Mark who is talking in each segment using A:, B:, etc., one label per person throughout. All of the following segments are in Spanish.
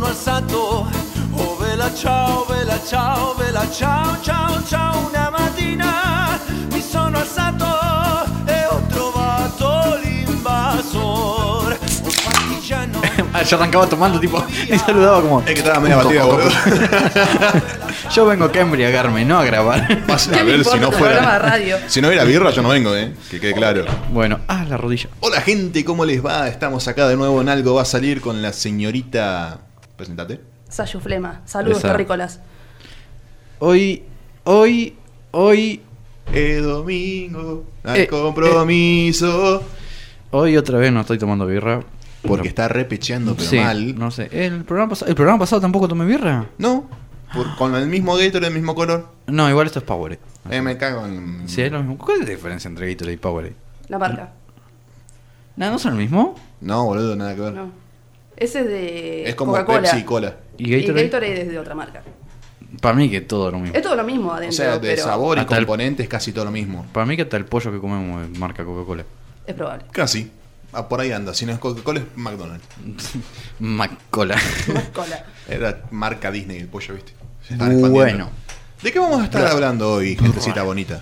A: passato Oh vela ciao, vela ciao, vela ciao, ciao, ciao Una mattina mi sono alzato e ho trovato l'invasor Un partigiano
B: Ah, Yo arrancaba tomando, tipo, y saludaba como.
C: Es que estaba medio abatido,
B: Coco.
C: boludo.
B: Yo vengo acá a embriagarme, no a grabar.
C: Pasa,
D: ¿Qué
C: a
D: me
C: ver,
D: importa
C: si no
D: el
C: fuera.
D: programa de radio?
C: Si no era birra, yo no vengo, eh. Que quede claro.
B: Bueno, ah, la rodilla.
C: Hola gente, ¿cómo les va? Estamos acá de nuevo en Algo Va a Salir con la señorita... Presentate.
D: Sayu Flema. Saludos,
B: Esa.
D: terrícolas.
B: Hoy, hoy, hoy,
C: Es Eh, domingo, hay
B: Eh,
C: compromiso.
D: eh.
B: hoy otra vez no estoy tomando birra.
C: Porque está repecheando, pero
B: Sí,
C: mal. No,
B: No sé. ¿El programa, pasado, ¿El programa pasado tampoco tomé birra?
C: por- con el mismo gator del mismo color.
B: No, igual esto es Powerade.
D: Ah,
C: Eh, me cago en...
B: Sí, es lo mismo. ¿Cuál es la diferencia entre Gatorade y Powerade?
D: La marca.
B: Nada, no son el mismo.
C: No, boludo, nada que ver.
D: No. Ese es de
C: Mm. Es como
D: Coca-Cola.
C: Pepsi y Cola.
B: Y Gatorade.
D: Y Gatorade es de otra marca.
B: Para mí que todo es lo mismo.
D: Es todo lo mismo
C: O
D: adentro.
C: sea, de
D: pero
C: sabor y
B: Hasta el-
C: componentes casi todo lo mismo.
B: Para mí que hasta el pollo que comemos es marca Coca-Cola.
D: Es probable.
C: Casi. Ah, por ahí anda. Si no es Coca-Cola, es McDonald's.
B: Macola.
D: Más cola.
C: Era marca Disney el pollo, ¿viste? Se están expandiendo.
B: bueno.
C: ¿De qué vamos a estar hablando hoy, gentecita bonita?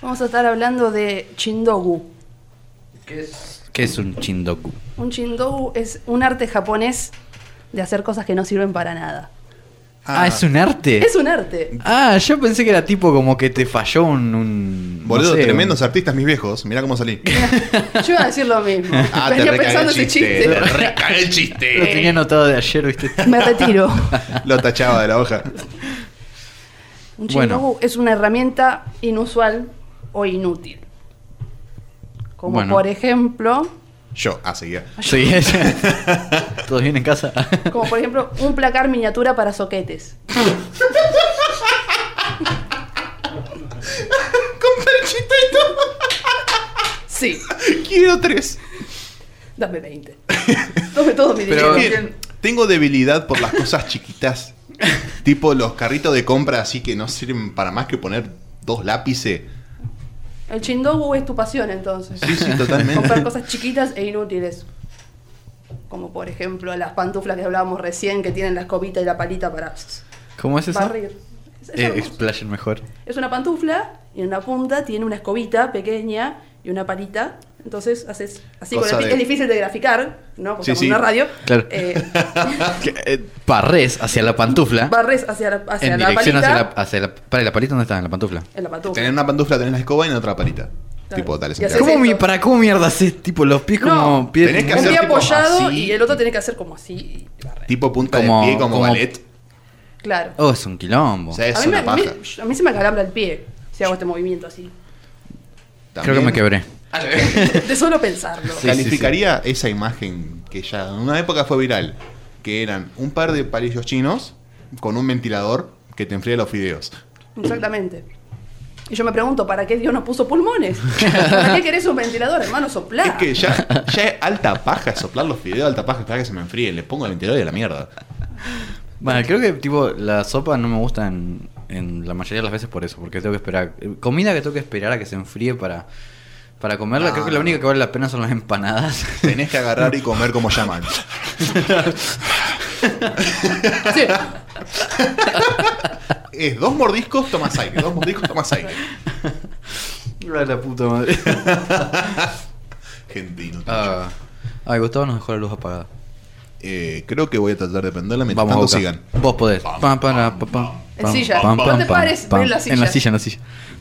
D: Vamos a estar hablando de Chindogu.
B: ¿Qué es un chindoku?
D: Un Chindogu es un arte japonés de hacer cosas que no sirven para nada.
B: Ah, es un
C: Eh.
B: arte.
D: Es un arte.
B: Ah, yo pensé que era tipo como que te falló un. un no
C: Ah, Boludo,
B: sé, un-
C: tremendos artistas mis viejos. Mirá cómo salí.
D: Yo iba a decir lo mismo.
C: Ah, te
D: Venía
C: recagué el
D: pensando ese
C: chiste.
D: chiste.
C: Te recagué el chiste.
B: Lo tenía anotado de ayer, ¿viste?
D: Me retiro.
C: Lo tachaba de la hoja.
D: Un
B: Bueno.
D: chindogu es una herramienta inusual o inútil. Como
B: Bueno.
D: por ejemplo,
C: Yo, ah, seguía.
B: Sí, ¿Todos bien en casa?
D: como por ejemplo, un placar miniatura para soquetes.
C: Con perchita y todo.
D: Sí,
C: Quiero tres.
D: dame 20. Dame todo mi
B: Pero-
D: dinero.
C: Bien, tengo debilidad por las cosas chiquitas. tipo los carritos de compra así que no sirven para más que poner dos lápices.
D: El chindogu es tu pasión entonces.
C: Sí, sí, totalmente.
D: Comprar cosas chiquitas e inútiles. Como por ejemplo las pantuflas que hablábamos recién que tienen la escobita y la palita para
B: ¿Cómo es eso?
D: barrir. Es- es
B: Eh,
D: hermoso.
B: explayen mejor.
D: Es una pantufla y en una punta tiene una escobita pequeña y una palita. Entonces haces así con
C: Cosa
D: el pi-
C: de-
D: Es difícil de graficar, ¿no? Porque
C: Sí,
D: estamos
C: sí.
D: en una radio.
B: Claro.
D: Eh,
B: Que, eh, parrés hacia la pantufla.
D: barres hacia la, hacia
B: en
D: la
B: dirección
D: palita.
B: hacia la, hacia la. Para, ¿la palita dónde está? En la pantufla.
D: En la pantufla.
C: Tener una pantufla, tenés la escoba y en otra palita.
D: Claro.
C: Tipo, dale,
D: Y haces
C: sentado.
B: ¿Cómo
D: esto.
B: mi, ¿Para cómo mierda haces tipo los pies como
D: No,
B: pie-
C: tenés que
D: Un
C: hacer
D: pie
C: tipo
D: apoyado
C: así.
D: y el otro tiene que hacer como así. y barrer.
C: Tipo punta
B: Como-
C: de pie como,
B: como-
C: ballet.
D: Claro.
B: Oh, es un quilombo.
C: O sea, es
D: a, mí me,
C: una
D: a,
C: paja.
D: mí, a mí se me acalambra el pie si hago este movimiento así.
B: Creo que me
C: También
B: quebré.
D: De solo pensarlo.
B: Sí.
C: Calificaría esa imagen que ya en una época fue viral. Que eran un par de palillos chinos con un ventilador que te enfría los fideos.
D: Exactamente. Y yo me pregunto, ¿para qué Dios nos puso pulmones? ¿Para qué querés un ventilador, hermano? Soplá.
B: Ah.
C: Es que ya, ya es alta paja soplar los fideos, alta paja, para que se me enfríen. Le pongo el ventilador y a la mierda.
B: Bueno, creo que tipo la sopa no me gusta en, en la mayoría de las veces por eso, porque tengo que esperar. eh, Comida que tengo que esperar a que se enfríe para, para comerla, creo que la única que vale la pena son las empanadas.
C: Ah. Tenés que agarrar y comer como llaman.
D: Sí.
C: Es dos mordiscos, tomas aire. Dos mordiscos, tomas aire.
B: la puta madre.
C: Ah. Gente inútil.
B: Ah. ay, Gustavo nos dejó la luz apagada.
C: Eh, creo que voy a tratar de prenderla mientras
B: Vamos, Boca.
C: tanto sigan.
B: Vos podés.
C: Pam,
B: Pam, para, pa, pam,
D: En
B: pam,
D: silla.
B: pam,
D: No
B: pam,
D: te
B: pam,
D: pares,
B: pam.
D: ven en la
B: En la
D: silla.
B: silla, en la silla.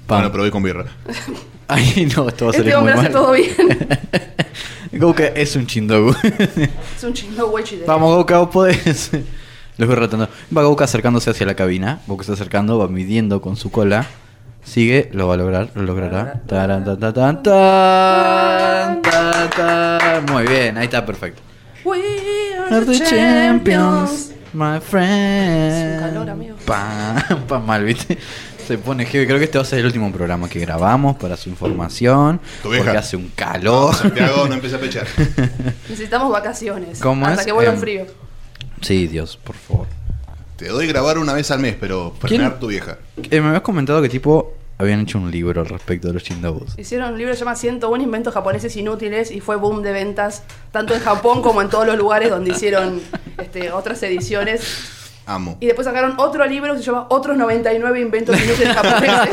B: Pam.
C: Bueno, pero voy con birra.
B: Ay, no, esto va a
D: Este
B: salir muy
D: hombre hace
B: mal.
D: todo bien.
B: Gouka es un chindogu.
D: Es un chingo huechi de.
B: Vamos, Gouka, vos podés. Los voy retando. Va Gouka acercándose hacia la cabina. Gouka se está acercando, va midiendo con su cola. Sigue, lo va a lograr, lo logrará. Taran, tan, tan, tan, tan, tan, tan. Muy bien, ahí está, perfecto.
D: We
B: Are
D: are
B: the
D: the champions.
B: champions, my friend.
D: Es un calor, amigo.
B: Pam, pam, mal, viste. Se pone heavy. Creo que este va a ser el último programa que grabamos para su información.
C: Tu vieja. Ah,
B: Porque hace un calor.
C: Santiago, no empecé a pechar.
D: Necesitamos vacaciones.
B: ¿Cómo
D: hasta
B: es?
D: que vuelva
B: Em,
D: el frío.
B: Sí, Dios, por favor.
C: Te doy grabar una vez al mes, pero frenar
B: ¿Quién?
C: tu vieja.
B: Eh, me habías comentado que tipo habían hecho un libro al respecto de los chindabos.
D: Hicieron un libro que se llama 101 inventos japoneses inútiles y fue boom de ventas tanto en Japón como en todos los lugares donde hicieron este, otras ediciones.
C: Amo.
D: Y después sacaron otro libro que se llama Otros 99 inventos inútiles japoneses.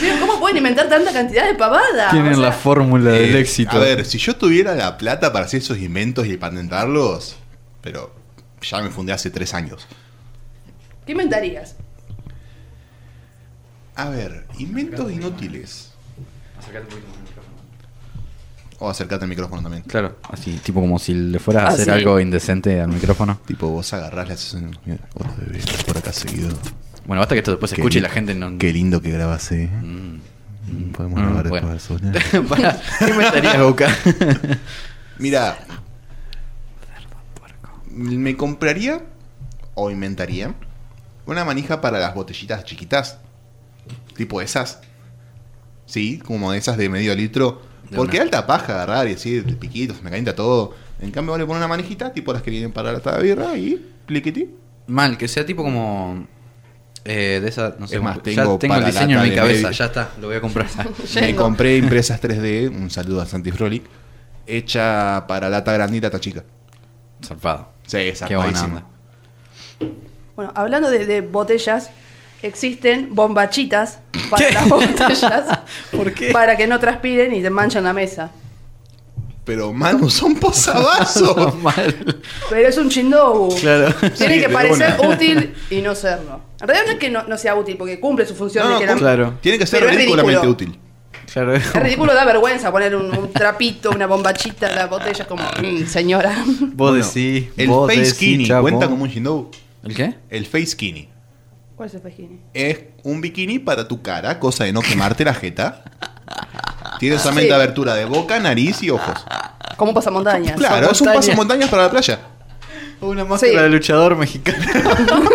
D: Digo, ¿Cómo pueden inventar tanta cantidad de pavada?
B: Tienen
D: Ah, O sea,
B: la fórmula del
C: Eh,
B: éxito.
C: A ver, si yo tuviera la plata para hacer esos inventos y patentarlos, pero ya me fundé hace tres años.
D: ¿Qué inventarías?
C: A ver, inventos inútiles. O acercate al micrófono también.
B: Claro, así, tipo como si le fueras a
D: Ah,
B: hacer
D: sí.
B: algo indecente al micrófono.
C: Tipo, vos agarrás las sesiones. Mira, hola bebé, estás por acá seguido.
B: Bueno, basta que esto después se
C: Qué
B: escuche y
C: li-
B: la gente no...
C: Qué lindo que grabas, eh.
B: Mm.
C: Mm, Podemos
B: Mm,
C: grabar
B: bueno.
C: después de eso, ¿eh?
B: Pará, ¿Qué inventarías, Boca?
C: Mira. Me compraría o inventaría una manija para las botellitas chiquitas. Tipo esas. Sí, como de esas de medio litro.
B: De
C: Porque
B: una.
C: alta paja agarrar y decir el piquito, se me calienta todo. En cambio, vos le pones una manijita, tipo las que vienen para la lata de birra y cliquiti.
B: Mal, que sea tipo como... eh, de esa, no sé,
C: Es más,
B: ya
C: tengo
B: tengo el
C: para
B: diseño en
C: lata
B: mi
C: de
B: cabeza,
C: medio.
B: ya está, lo voy a comprar.
C: Me
D: Yendo.
C: compré impresas 3D, un saludo a Santi Frolic, hecha para lata grande y lata chica.
B: Zarpado.
C: Sí, esa
B: Qué buena onda.
D: Bueno, hablando de, de botellas, existen bombachitas para las botellas.
B: ¿Por qué?
D: Para que no transpiren y te manchan la mesa.
C: Pero Manu, son posavasos.
B: Mal,
D: Pero es un chindobu.
B: claro.
D: Tiene
C: Sí,
D: que
C: de
D: parecer
C: una.
D: útil y no serlo. En realidad no es que no, no sea útil, porque cumple su función.
C: No,
D: de
C: no,
D: que la-
B: cumple. Claro.
C: Tiene que ser
D: Pero es
C: ridículamente
D: ridículo.
C: útil.
B: Claro.
D: Es ridículo, da vergüenza poner un, un trapito, una bombachita en la botella. Es como, "Mm, señora.
B: Vos
C: Bueno,
B: decís,
C: El
B: vos
C: face
B: decís,
C: skinny
B: chabón.
C: cuenta como un shindobu.
B: ¿El qué?
C: El face skinny
D: ¿Cuál es el pejini?
C: es un bikini para tu cara, cosa de no quemarte la jeta. Tiene solamente
D: Sí.
C: abertura de boca, nariz y ojos.
D: Como pasamontañas.
C: Claro, es un
B: montaña.
C: paso montañas para la playa.
B: Una máscara
D: Sí.
B: de luchador mexicano.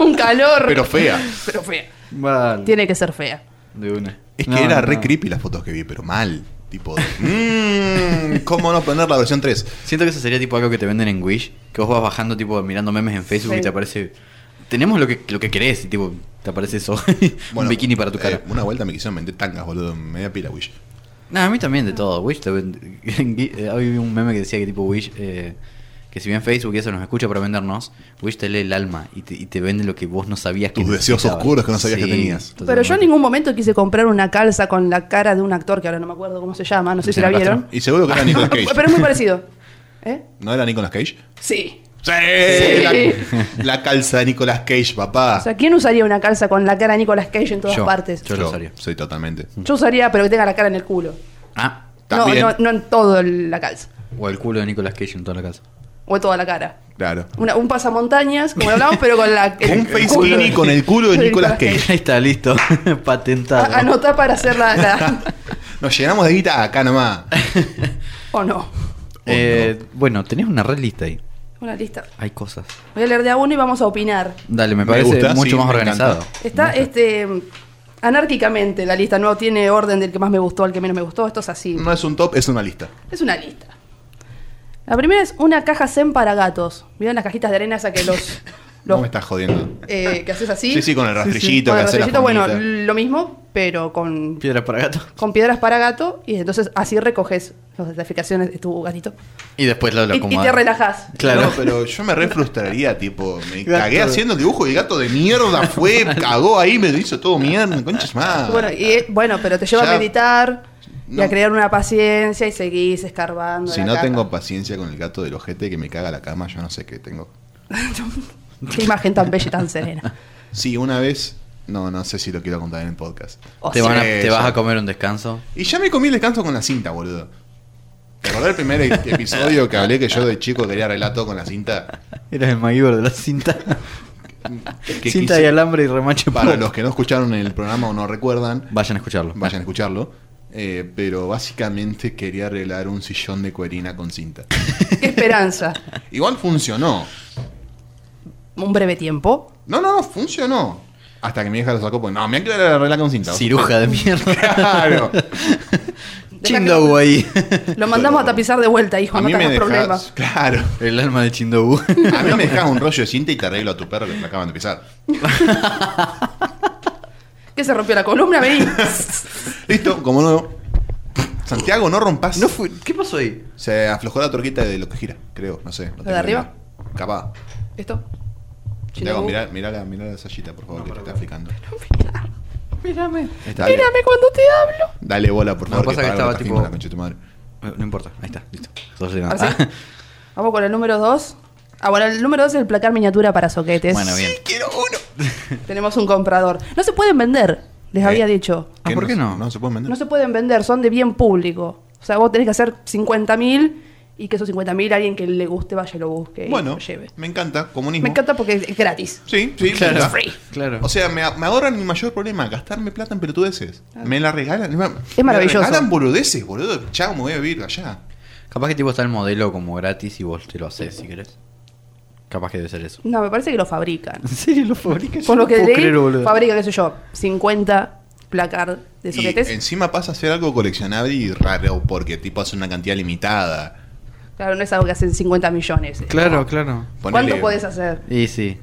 D: un calor.
C: Pero fea.
D: pero fea.
B: Mal.
D: Tiene que ser fea.
B: De una.
C: Es que
B: No,
C: era
B: no.
C: re creepy las fotos que vi, pero mal. Tipo, de, "Mm, ¿cómo no poner la versión 3?
B: Siento que eso sería tipo algo que te venden en Wish, que vos vas bajando tipo mirando memes en Facebook
D: Sí.
B: y te aparece tenemos lo que lo que querés y tipo te aparece eso, un
C: Bueno,
B: bikini para tu
C: eh,
B: cara.
C: una vuelta me quisieron vender tangas, boludo. Media pila, Wish.
B: No, a mí también de todo. Wish te vende- en Gui- eh, Hoy vi un meme que decía que tipo Wish eh, que si bien Facebook y eso nos escucha para vendernos, Wish te lee el alma y te, y te vende lo que vos no sabías que
C: Tus deseos
B: necesitabas.
C: oscuros que no sabías que tenías.
D: Pero yo en
B: totalmente.
D: ningún momento quise comprar una calza con la cara de un actor que ahora no me acuerdo cómo se llama, no sé si la
B: ¿Luciano
D: vieron.
C: Y seguro que era Nicolas Cage.
D: Pero es muy parecido. ¿Eh?
C: ¿No era Nicolas Cage?
D: Sí.
C: ¡Sí! La, la calza de Nicolas Cage, papá.
D: O sea, ¿quién usaría una calza con la cara de Nicolas Cage en todas
B: Yo.
D: partes?
B: Yo. lo usaría.
C: Soy totalmente.
D: Yo usaría, pero que tenga la cara en el culo.
B: Ah,
D: No,
C: También.
D: no, no en toda la calza.
B: o el culo de Nicolas Cage en toda la casa.
D: O en toda la cara.
C: Claro.
D: Una- un pasamontañas, como lo hablamos, pero con la. el-
C: Un
D: el
C: face
D: culo.
C: skinny con el culo de Nicolas Cage.
B: Ahí está, listo. Patentado.
D: A- anotá para hacer la. la-
C: Nos llenamos de guita acá nomás.
D: o no.
B: Eh, Bueno, tenés una red lista ahí.
D: Una lista.
B: Hay cosas.
D: Voy a leer de a uno y vamos a opinar.
B: Dale, me
C: Me
B: parece
C: gusta,
B: mucho
C: sí,
B: más
C: me
B: organizado.
C: encanta.
D: Está
B: Me gusta.
D: este anárquicamente la lista, no tiene orden del que más me gustó al que menos me gustó, esto es así.
C: No es un top, es una lista.
D: Es una lista. La primera es una caja zen para gatos. ¿Vieron las cajitas de arena esa que los,
C: No
D: los
C: me estás jodiendo.
D: eh, que haces así?
C: Sí, sí, con el rastrillito.
D: Con el
C: que hace la
D: rastrillito, bueno,
C: formita.
D: lo mismo, pero con,
B: Piedra para gato.
D: con piedras para gato y entonces así recoges las certificaciones de tu gatito
B: Y después lo, lo
D: y, y te
B: acomodás.
D: relajas.
B: Claro.
C: No, pero yo me re frustraría, tipo, me
B: Gato.
C: cagué haciendo el dibujo y el gato de mierda fue, cagó ahí, me hizo todo mierda, conchas más.
D: Bueno, y, eh, bueno, pero te lleva
C: Ah. Ya.
D: a meditar y
C: No.
D: a crear una paciencia y seguís escarbando.
C: si
D: la
C: no
D: caja.
C: tengo paciencia con el gato del ojete que me caga la cama, yo no sé qué tengo.
D: Qué imagen tan bella y tan serena.
C: Sí, una vez, no, no sé si lo quiero contar en el podcast.
D: O
B: Te,
D: sea,
B: van a-
C: Sí,
B: te
C: ya.
B: vas a comer un descanso.
C: Y ya me comí el descanso con la cinta, boludo. ¿Te acordás del primer e- episodio que hablé que yo de chico quería relato con la cinta?
B: Eras el MacGyver de la cinta.
C: Que
B: cinta
C: quise-
B: y alambre y remache
C: Para los que no escucharon el programa o no recuerdan,
B: Vayan a escucharlo.
C: vayan a escucharlo. Eh, pero básicamente quería arreglar un sillón de cuerina con cinta.
D: Qué esperanza.
C: Igual funcionó.
D: Un breve tiempo.
C: No, no, no, funcionó. Hasta que mi hija lo sacó, pues no, me ha quedado arreglar con cinta.
B: Ciruja de mierda.
C: Claro.
B: Chindobu ahí.
D: Lo mandamos a tapizar de vuelta, hijo,
C: A
D: no
C: mí me
D: tengas
C: dejas.
D: problemas.
C: Claro.
B: El alma de Chindobu.
C: A mí me dejas un rollo de cinta y te arreglo a tu perro que te lo acaban de pisar.
D: que se rompió la columna, vení.
C: Listo, como nuevo. Santiago, no rompas.
B: No fue- ¿Qué pasó ahí?
C: Se aflojó la torquita de lo que gira, creo. No sé. no tengo
D: arriba?
C: idea. Capaz.
D: ¿Esto?
C: Santiago,
D: Chinabu.
C: mirá, mirá la, mirá la sayita, por favor, que te está aplicando.
D: Mírame.
C: Está bien.
D: Mírame cuando te hablo.
C: Dale bola, por
B: No,
C: favor.
B: pasa que
C: para
B: estaba
C: la
B: tipo-
C: tajima, la concha de tu madre.
B: No importa, ahí está, listo. Sos de nada.
D: ¿Así? Vamos con el número 2. Ah, bueno, el número 2 es el placar miniatura para soquetes.
B: Bueno, bien.
C: quiero uno.
D: Tenemos un comprador. No se pueden vender, les
C: ¿Eh?
D: había dicho.
B: Ah, ¿por qué no?
C: No se pueden vender.
D: No se pueden vender, son de bien público. O sea, vos tenés que hacer 50.000 y que esos 50.000 alguien que le guste vaya y lo busque y
C: bueno,
D: lo lleve.
C: me encanta. Comunismo.
D: Me encanta porque es gratis.
C: Sí, sí,
B: Claro.
C: ya.
D: Free.
B: Claro.
C: O sea, me, me ahorran mi mayor problema, gastarme plata en pelotudeces. Me la regalan. me-
D: Ah. maravilloso.
C: Me regalan boludeces, boludo. Chao, me voy a vivir allá.
B: Capaz que tipo está el modelo como gratis y vos te lo haces si querés. Capaz que debe ser eso.
D: No, me parece que lo fabrican.
B: ¿En serio lo fabricas?
D: Por lo que leí, fabrica, qué sé yo, 50 placar de
C: Y
D: soquetes.
C: encima pasa a ser algo coleccionable y raro porque tipo hace una cantidad limitada.
D: Claro, no es algo que hacen 50 millones. eh.
B: Claro, claro.
D: ¿Cuánto podés hacer?
B: Ah. Y sí.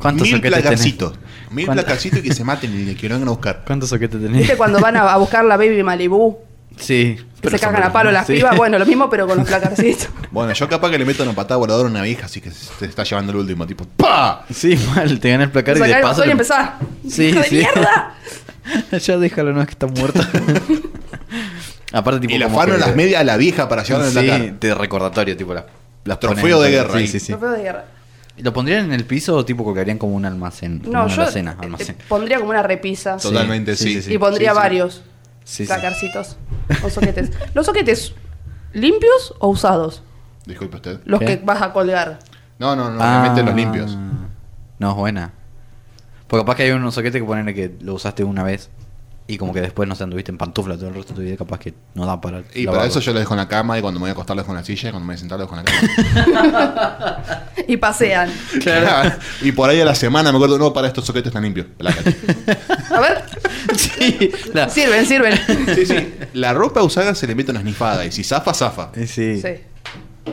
B: ¿Cuántos
C: Mil
B: soquetes tenés?
C: placarcitos. Mil
B: ¿Cuánto-
C: placarcitos y que se maten y que no vengan a buscar.
B: ¿Cuántos soquetes tenés?
D: ¿Viste cuando van a, a buscar la Baby Malibu?
B: Sí.
D: Que
B: pero
D: se
B: son
D: cagan a palo
B: personas,
D: las
B: sí.
D: pibas. Bueno, lo mismo, pero con los placarcitos.
C: Bueno, yo capaz que le meto una patada voladora a una vieja, así que se se está llevando el último. Tipo, ¡pa!
B: Sí, mal, te gané el placar y
D: Sacar
B: de
D: el
B: paso.
D: botón y
B: te-
D: empezar.
B: Sí,
D: ¡Hijo de
B: sí.
D: mierda!
B: ya déjalo, no es que está muerta. Aparte, tipo.
C: Y le
B: como
C: afanan
B: que-
C: las medias a la vieja para llevarla en la
B: Sí,
C: cara.
B: de recordatorio, tipo las. las
C: Trofeo
B: ponen-
C: de guerra
B: Sí,
C: ahí.
B: sí, sí.
D: Trofeo de guerra.
B: ¿Lo pondrían en el piso o tipo colgarían como un almacén? como
D: No,
B: una
D: yo
B: alacena,
D: eh,
B: almacén.
D: eh, pondría como una repisa
B: Sí,
C: Totalmente, sí.
B: sí, sí, sí.
D: y pondría
C: Sí, sí.
D: varios
B: Sí, sí.
D: placarcitos o soquetes. ¿Los soquetes limpios o usados?
C: Disculpe usted.
D: Los
B: ¿Qué?
D: que vas a colgar.
C: No, no, no,
B: Ah.
C: obviamente los limpios.
B: No, es buena. Porque capaz que hay unos soquetes que ponen que lo usaste una vez y como que después no se anduviste en pantufla todo el resto de tu vida, capaz que no da para.
C: Y para
B: lavarlo.
C: eso yo los dejo en la cama y cuando me voy a acostar los dejo en la silla y cuando me voy a sentar los dejo en la cama.
D: Y pasean.
C: Claro. Y por ahí a la semana me acuerdo, no, para estos soquetes están limpios. Plácate.
D: A ver,
B: sí, la-
D: sirven, sirven.
C: Sí, sí. La ropa usada se le mete una esnifada y si zafa, zafa.
B: Eh, sí.
D: Sí.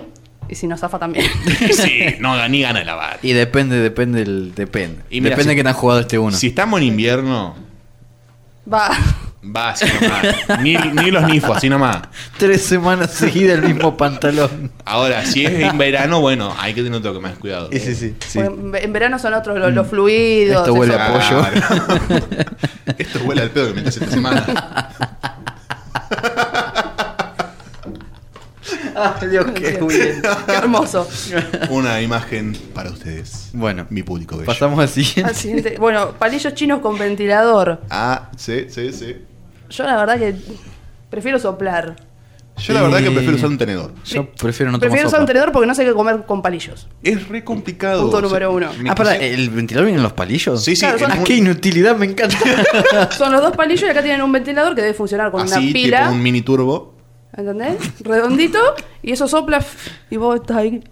D: Y si no zafa también.
C: Sí, no da ni ganas de lavar.
B: Y depende, depende, el, depende.
C: Y mira,
B: depende de
C: si-
B: qué tan jugado este uno.
C: Si estamos en invierno,
D: Va.
C: va así nomás. Ni, ni los nifos, así nomás.
B: Tres semanas seguidas el mismo pantalón.
C: Ahora, si es en verano, bueno, hay que tener un toque más cuidado.
B: Sí, sí, sí. Mm.
D: Porque Pues, En en verano son otros los, los fluidos.
B: Esto huele
D: eso. Ah,
B: a pollo.
C: Claro. Esto huele al pedo que me estás esta semana.
B: Ah, Dios,
D: qué bien. Qué hermoso.
C: Una imagen para ustedes.
B: Bueno,
C: Mi público bello.
B: pasamos al siguiente.
D: Al siguiente. Bueno, palillos chinos con ventilador.
C: Ah, sí, sí, sí.
D: Yo la verdad que prefiero soplar.
C: Yo la verdad que
B: Eh.
C: prefiero usar un tenedor.
B: Yo prefiero no tomar
D: prefiero usar
B: sopa.
D: un tenedor porque no sé qué comer con palillos.
C: Es re complicado.
D: Punto número uno. eh,
C: me
B: Ah, pará,
C: quise-
B: ¿el ventilador viene en los palillos?
C: Sí, sí.
D: Claro, son-
C: en
B: Ah,
C: un-
B: qué inutilidad, me encanta.
D: Son los dos palillos y acá tienen un ventilador que debe funcionar con
C: así,
D: una pila.
C: tipo un mini turbo.
D: ¿Entendés? Redondito. Y eso sopla f- y vos estás ahí.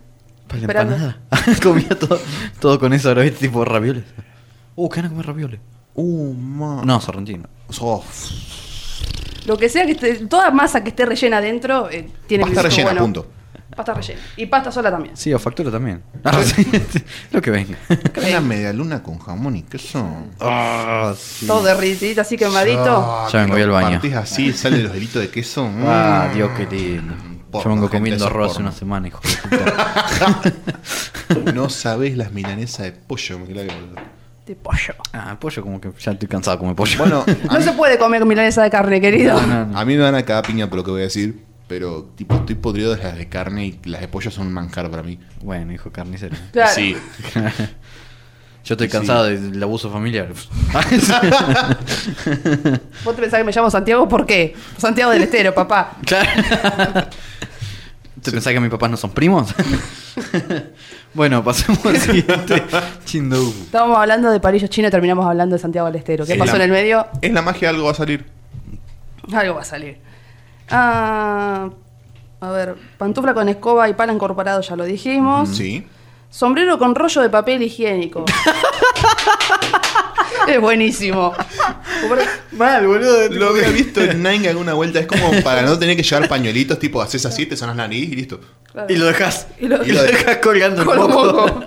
B: Para la
D: Esperando.
B: empanada. Comía todo, todo con eso, ahora viste, tipo ravioles. Uh, ¿qué van a comer ravioles?
C: Uh, ma.
B: No, sorrentino.
C: Sof.
D: Lo que sea que esté, toda masa que esté rellena adentro eh, tiene
C: Pasta
D: gusto
C: rellena, punto.
D: Pasta rellena. Y pasta sola también.
B: Sí, o factura también. Ah, sí, sí, Lo que venga.
C: Una medialuna con jamón y queso.
B: Ah, sí.
D: Todo derritidito, así quemadito.
C: Ah,
B: Ya me
C: que
B: voy
C: lo
B: al baño.
C: partís así, salen los helitos de queso. Mm.
B: Ah, Dios, qué lindo.
C: Porno,
B: Yo vengo
C: gente,
B: comiendo
C: eso es
B: arroz hace
C: porno.
B: una semana, hijo de puta.
C: No sabés las milanesas de pollo. mirá que boludo.
D: De pollo.
B: Ah, pollo, como que ya estoy cansado de comer pollo. Ah,
C: Bueno, a
D: No
C: mí,
D: se puede comer milanesa de carne, querido.
B: No, no, no.
C: a mí me dan a cada piña por lo que voy a decir. Pero, tipo, estoy podrido de las de carne y las de pollo son un manjar para mí.
B: Bueno, hijo carnicero.
D: Claro.
C: Sí.
B: Yo estoy
C: Sí.
B: cansado del abuso familiar.
D: Vos te pensás que me llamo Santiago, ¿por qué? Santiago del Estero, papá.
B: Claro. ¿Te pensás que mis papás no son primos? bueno, pasemos al siguiente. Chindou.
D: Estábamos hablando de palillos chinos y terminamos hablando de Santiago del Estero. ¿Qué
C: Sí.
D: pasó en el medio?
C: Es la magia, algo va a salir.
D: Algo va a salir. Ah, a ver, pantufla con escoba y pala incorporado, ya lo dijimos.
C: Mm. Sí.
D: Sombrero con rollo de papel higiénico. es buenísimo.
B: Mal, boludo.
C: Lo había visto en Nine alguna vuelta. Es como para no tener que llevar pañuelitos, tipo, haces así, te sonas la nariz y listo.
D: Claro.
B: Y lo dejas.
D: Y lo-
B: Y lo dejas colgando un
D: Con un
B: poco.
D: moco.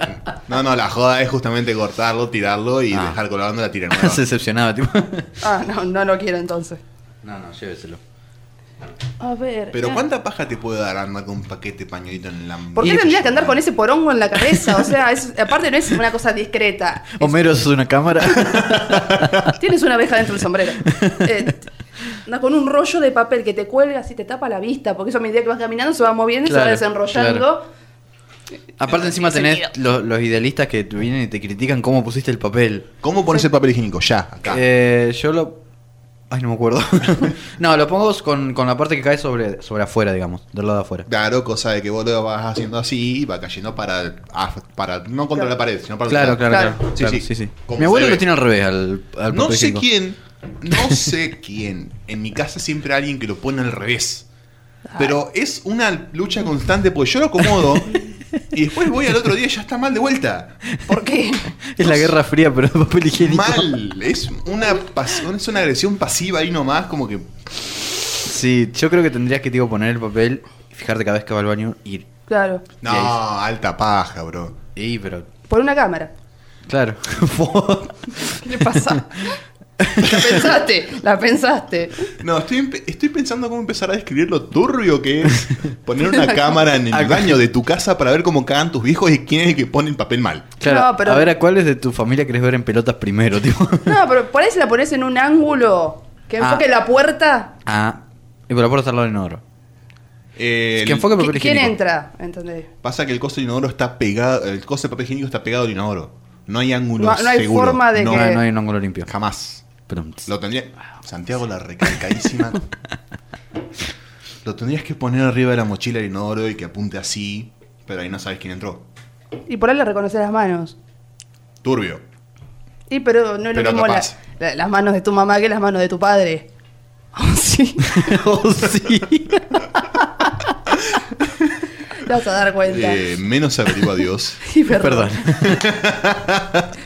C: No, no, la joda es justamente cortarlo, tirarlo y
B: Ah.
C: dejar colgando la tira nueva.
B: Se decepcionaba, tipo.
D: Ah, no, no lo quiero entonces.
B: No, no, lléveselo.
D: A ver.
C: Pero
D: ah.
C: ¿cuánta paja te puede dar andar con un paquete de pañuelito en la
D: ¿Por qué
B: Y-
D: tendrías que andar con ese porongo en la cabeza? O sea, es- aparte no es una cosa discreta. Es-
B: Homero, ¿sos una cámara?
D: Tienes una abeja dentro del sombrero. Eh, t- anda con un rollo de papel que te cuelga así te tapa la vista, porque eso a medida que vas caminando se va moviendo y se
B: Claro,
D: va desenrollando.
B: Aparte, encima
D: Tiene
B: tenés los, los idealistas que te vienen y te critican cómo pusiste el papel.
C: ¿Cómo pones el papel higiénico? Ya, acá.
B: Eh, yo lo. Ay, no me acuerdo. no, lo pongo con, con la parte que cae sobre, sobre afuera, digamos. Del lado de afuera.
C: Claro, cosa de que vos lo vas haciendo así y va cayendo para, el- ah, para no contra
D: Claro.
C: la pared, sino para el
B: Claro,
C: otro
B: claro,
C: lado.
B: claro.
C: Sí,
B: claro,
C: sí. ¿Cómo
B: Mi abuelo
C: se
B: lo
C: ve?
B: tiene al revés al, al
C: No
B: papel
C: sé
B: higiénico.
C: quién, no sé quién. En mi casa siempre hay alguien que lo pone al revés. Pero es una lucha constante porque yo lo acomodo y después voy al otro día y ya está mal de vuelta.
D: ¿Por qué?
B: Es la Guerra Fría, pero de papel higiénico.
C: Mal. Es una, pas- es una agresión pasiva ahí nomás, como que
B: Sí, yo creo que tendrías que tipo, poner el papel, fijarte cada vez que va al baño y.
D: Claro.
C: No,
B: Y ahí-
C: alta paja, bro.
B: Y, pero.
D: Por una cámara.
B: Claro.
D: ¿Qué le pasa? La pensaste, la pensaste.
C: No, estoy, empe- estoy pensando cómo empezar a describir lo turbio que es poner una cámara en el baño de tu casa para ver cómo cagan tus viejos y quién es el que pone el papel mal.
B: claro.
D: No, pero-
B: A ver, ¿a cuáles de tu familia querés ver en pelotas primero, tipo?
D: No, pero por ahí se la pones en un ángulo que
B: Ah.
D: enfoque la puerta.
B: ah. Y por la puerta al lado en oro.
C: El-
B: Que enfoque el papel
D: ¿Qui- ¿Quién
B: higiénico.
D: entra? ¿Entendés?
C: Pasa que el coso de inodoro está pegado, el coso de papel higiénico está pegado al inodoro. No hay ángulo
D: No- no hay
C: seguro.
D: forma de
B: No, Eh.
D: que-
B: no hay un ángulo limpio.
C: Jamás.
B: Pero-
C: Lo tendría... Santiago la recalcadísima. lo tendrías que poner arriba de la mochila el inodoro y que apunte así, pero ahí no sabes quién entró.
D: Y por ahí le reconoces las manos.
C: Turbio.
D: Y pero no es
C: Pero
D: lo mismo la-
C: capaz.
D: la- las manos de tu mamá que las manos de tu padre. sí,
B: Oh, sí.
D: te vas a dar cuenta.
C: Eh, menos averigua Dios.
D: Sí, perdón.
B: Perdón.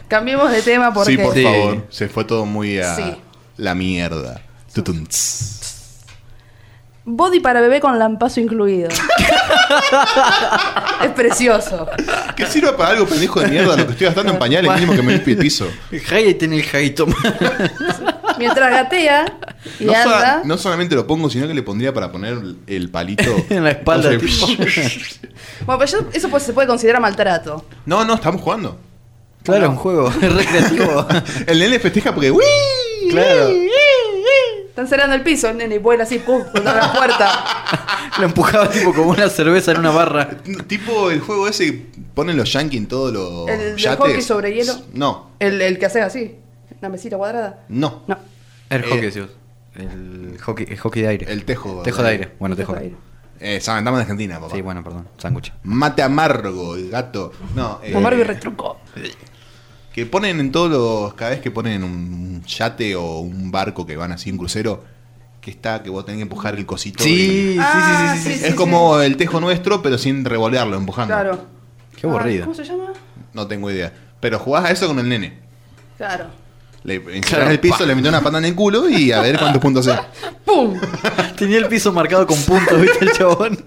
D: Cambiemos de tema porque
C: Sí, por
B: Sí.
C: favor. Se fue todo muy a
D: Sí.
C: la mierda. Tutun, tss.
D: body para bebé con lampazo incluido. es precioso.
C: Que sirva para algo, pendejo de mierda. Lo que estoy gastando en pañales mínimo que me limpie el piso.
B: Jai tiene el jaito.
D: Mientras gatea y
C: No, so-
D: anda,
C: no solamente lo pongo, sino que le pondría para poner el palito
B: En la espalda,
C: No, sé.
D: Bueno, pero yo- eso pues, se puede considerar maltrato.
C: no, no, estamos jugando.
B: Claro, un juego. Es recreativo.
C: El nene festeja porque. ¡Uy!
B: Claro.
D: Están cerrando el piso, el nene vuela así, pum, contra la puerta.
B: Lo empujaba tipo como una cerveza en una barra.
C: Tipo el juego ese que ponen los yankees en todos los.
D: ¿El del
C: yates.
D: hockey sobre hielo?
C: No,
D: El, el que haces así, una mesita cuadrada.
C: no.
D: No,
B: El
C: Eh,
B: hockey, sí. El hockey, el hockey de aire.
C: El tejo.
B: tejo de aire. Bueno, tejo de aire.
C: Eh, saben, estamos en Argentina, papá.
B: Sí, bueno, perdón. Sándwich.
C: Mate amargo, el gato. No, eh,
D: Amargo y retruco.
C: Que ponen en todos los. Cada vez que ponen un yate o un barco que van así, un crucero, que está, que vos tenés que empujar el cosito. y-
D: Ah, sí,
C: es como el tejo nuestro, pero sin revolearlo, empujando.
D: Claro.
B: Qué
D: Ah,
B: aburrido.
D: ¿Cómo se llama?
C: No tengo idea. Pero jugás a eso con el nene.
D: Claro.
C: Le encerrás
B: Claro,
C: el piso,
B: pa.
C: le metés una pata en el culo y a ver cuántos puntos hace.
D: ¡Pum!
B: Tenía el piso marcado con puntos, ¿viste el chabón?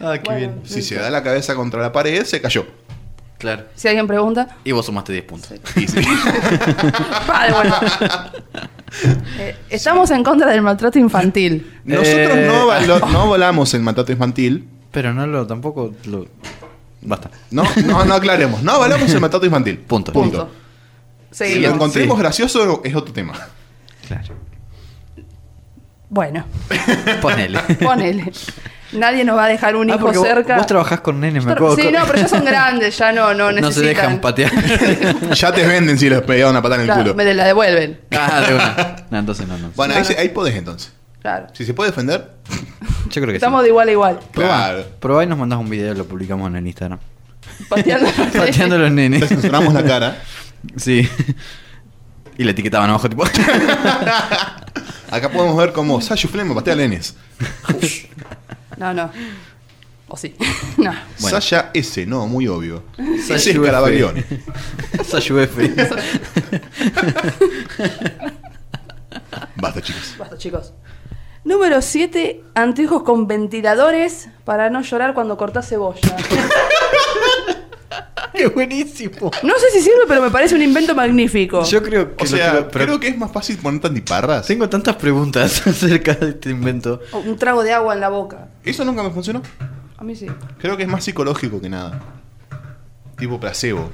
B: ah, qué
D: Bueno.
B: bien.
C: Si se da la cabeza contra la pared, se cayó.
B: Claro.
D: Si alguien pregunta,
B: Y vos sumaste 10 puntos.
C: Y sí.
D: ¡pa! de vuelta. Eh, estamos en contra del maltrato infantil.
C: Nosotros
B: Eh,
C: no, valo- no volamos el matato infantil.
B: Pero no lo, tampoco lo... Basta.
C: No, no, no aclaremos. No avalamos el matato infantil.
B: Punto.
D: Punto.
C: Si lo
D: Seguimos.
C: encontremos
B: Sí.
C: gracioso es otro tema.
B: Claro.
D: Bueno,
B: Ponele.
D: ponele. Nadie nos va a dejar un
B: Ah,
D: hijo
B: porque vos,
D: cerca.
B: vos trabajás con nenes, me acuerdo.
D: Sí, no, pero ya son grandes, ya no, no necesitan.
B: No se dejan patear.
C: Ya te venden si les pegaba una pata en el
D: Claro,
C: culo.
D: me la devuelven.
B: ah, de una. No, entonces no, no.
C: Bueno,
D: No,
C: ahí,
D: no.
C: se- ahí podés entonces.
D: Claro.
C: Si se puede defender,
B: Yo creo que
D: Estamos
B: sí.
D: de igual a igual.
C: claro.
B: Probá y nos mandás un video y lo publicamos en el Instagram.
D: Pateando.
B: Pateando a los
C: Le
B: nenes.
C: censuramos la cara.
B: Sí. Y la etiquetaban abajo, tipo.
C: Acá podemos ver cómo Sayu Flema patea a Lenes.
D: No, no. O sí. No.
B: Bueno.
C: Sasha S, no, muy obvio.
B: Sayu
C: Ese es
B: F. E.
C: Carabaglione.
B: Sayu F.
C: Basta, chicos.
D: Basta, chicos. Número 7, anteojos con ventiladores para no llorar cuando cortás cebolla.
B: ¡Qué buenísimo!
D: No sé si sirve, pero me parece un invento magnífico.
B: Yo creo que,
C: O
B: lo
C: sea,
B: quiero- pero
C: creo que es más fácil poner tantiparras.
B: tengo tantas preguntas acerca de este invento.
D: O Un trago de agua en la boca.
C: Eso nunca me funcionó.
D: A mí sí.
C: Creo que es más psicológico que nada. Tipo placebo.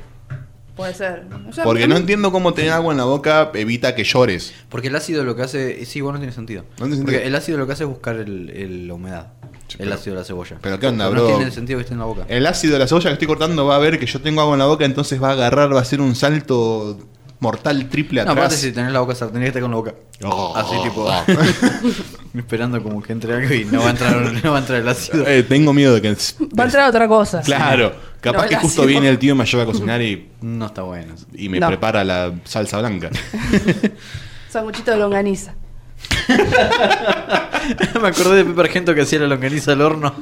D: Puede ser. O sea, a
C: Porque
D: mí-
C: no entiendo cómo tener agua en la boca evita que llores.
B: Porque el ácido lo que hace. eh, Sí, bueno, no tiene sentido.
C: No tiene
B: Porque
C: sentido.
B: el ácido lo que hace es buscar el, el- la humedad.
C: Sí,
B: el
C: pero-
B: ácido de la cebolla.
C: pero ¿qué onda,
B: No
C: bro?
B: tiene sentido que esté en la boca.
C: El ácido de la cebolla que estoy cortando va a ver que yo tengo agua en la boca, entonces va a agarrar, va a hacer un salto mortal triple
B: No, aparte,
C: atrás.
B: si tenés la boca sartén, tenés que estar con la boca.
C: Oh.
B: Así, tipo. esperando como que entre algo y no va a entrar, no va a entrar el ácido.
C: Eh, tengo miedo de que.
D: Va a entrar otra cosa.
C: Claro, capaz
D: No,
C: que
D: el
C: justo
D: ácido.
C: viene el tío y me lleva a cocinar y,
B: No está bueno. eso.
C: y me
D: No.
C: prepara la salsa blanca.
D: Sanguchito de longaniza.
B: Me acordé de Pepe Argento que hacía la longaniza al horno.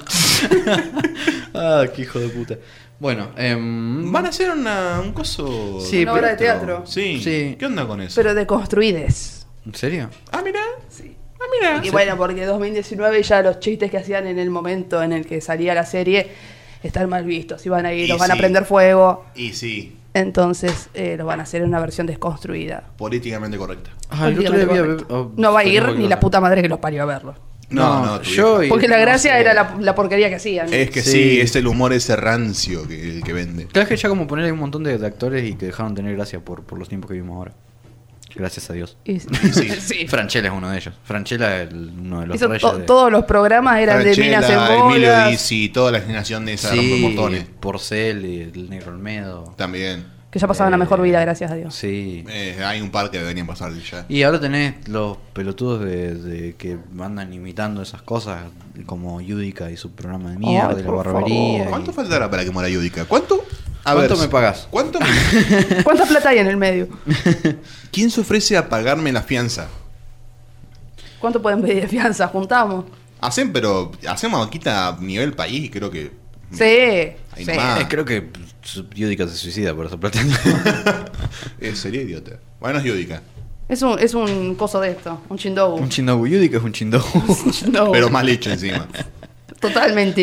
B: ah, qué hijo de puta. Bueno, em,
C: Van a hacer una- un coso.
B: Sí, Una
D: obra de teatro.
C: Sí.
B: Sí.
C: ¿Qué onda con eso?
D: Pero de construides.
B: ¿En serio?
C: Ah, mira.
D: Sí.
C: Ah, mira.
D: Y bueno, porque 2019 ya los chistes que hacían en el momento en el que salía la serie están mal vistos. Iban a ir,
C: Y
D: los van a
C: sí.
D: prender fuego.
C: Y sí,
D: Entonces eh, los van a hacer en una versión desconstruida.
C: políticamente correcta.
B: Ah, el otro día vi a Pepe- oh,
D: no va a
B: fue
D: ir
B: cualquier
D: ni la
B: cosa.
D: puta madre que los parió a verlo.
C: No, no, tu
B: yo.
C: vieja.
B: y-
D: Porque la
B: no Eh.
D: gracia
B: sé.
D: era la, la porquería que hacían.
C: Es que sí.
B: Sí.
C: es el humor ese rancio que, el que vende.
B: Claro que ya como poner un montón de, de actores y que dejaron tener gracia por, por los tiempos que vivimos ahora. Gracias a Dios.
D: Y-
C: sí.
D: sí.
B: Franchella es uno de ellos. Franchella es el- uno de los
D: Hizo
B: reyes.
D: to-
B: de-
D: Todos los programas eran de minas en
C: Franchella, Emilio
D: bolas,
C: Dizzy, toda la generación de esa
B: Sí,
C: rompemontones.
B: Porcel, y el Negro Olmedo.
C: También.
D: que ya pasaban la
B: Eh,
D: mejor vida, gracias a Dios.
B: Sí.
C: Eh, hay un par que deberían pasar ya.
B: Y ahora tenés los pelotudos de, de que andan imitando esas cosas, como Yudica y su programa de mierda,
D: Ay,
B: de la
D: por
B: barbería. y-
C: ¿Cuánto faltará para que muera Yudica? ¿Cuánto? A
B: eh, ¿Cuánto
C: ver,
B: me pagás?
C: ¿Cuánto me-
D: ¿Cuánta plata hay en el medio?
C: ¿Quién se ofrece a pagarme la fianza?
D: ¿Cuánto pueden pedir de fianza? ¿Juntamos?
C: Hacen, pero hacemos banquita a nivel país y creo que.
D: Sí.
C: Ahí
D: sí.
C: nomás.
B: Eh, creo que su- Yudica se suicida por esa plata.
C: Eh, sería idiota. Bueno, es Yudica.
D: Es un, es un coso de esto, un chindobu.
B: un chindobu. Yudica es un chindobu.
D: Un
B: Oh.
D: chindobu.
C: Pero mal hecho encima.
D: Totalmente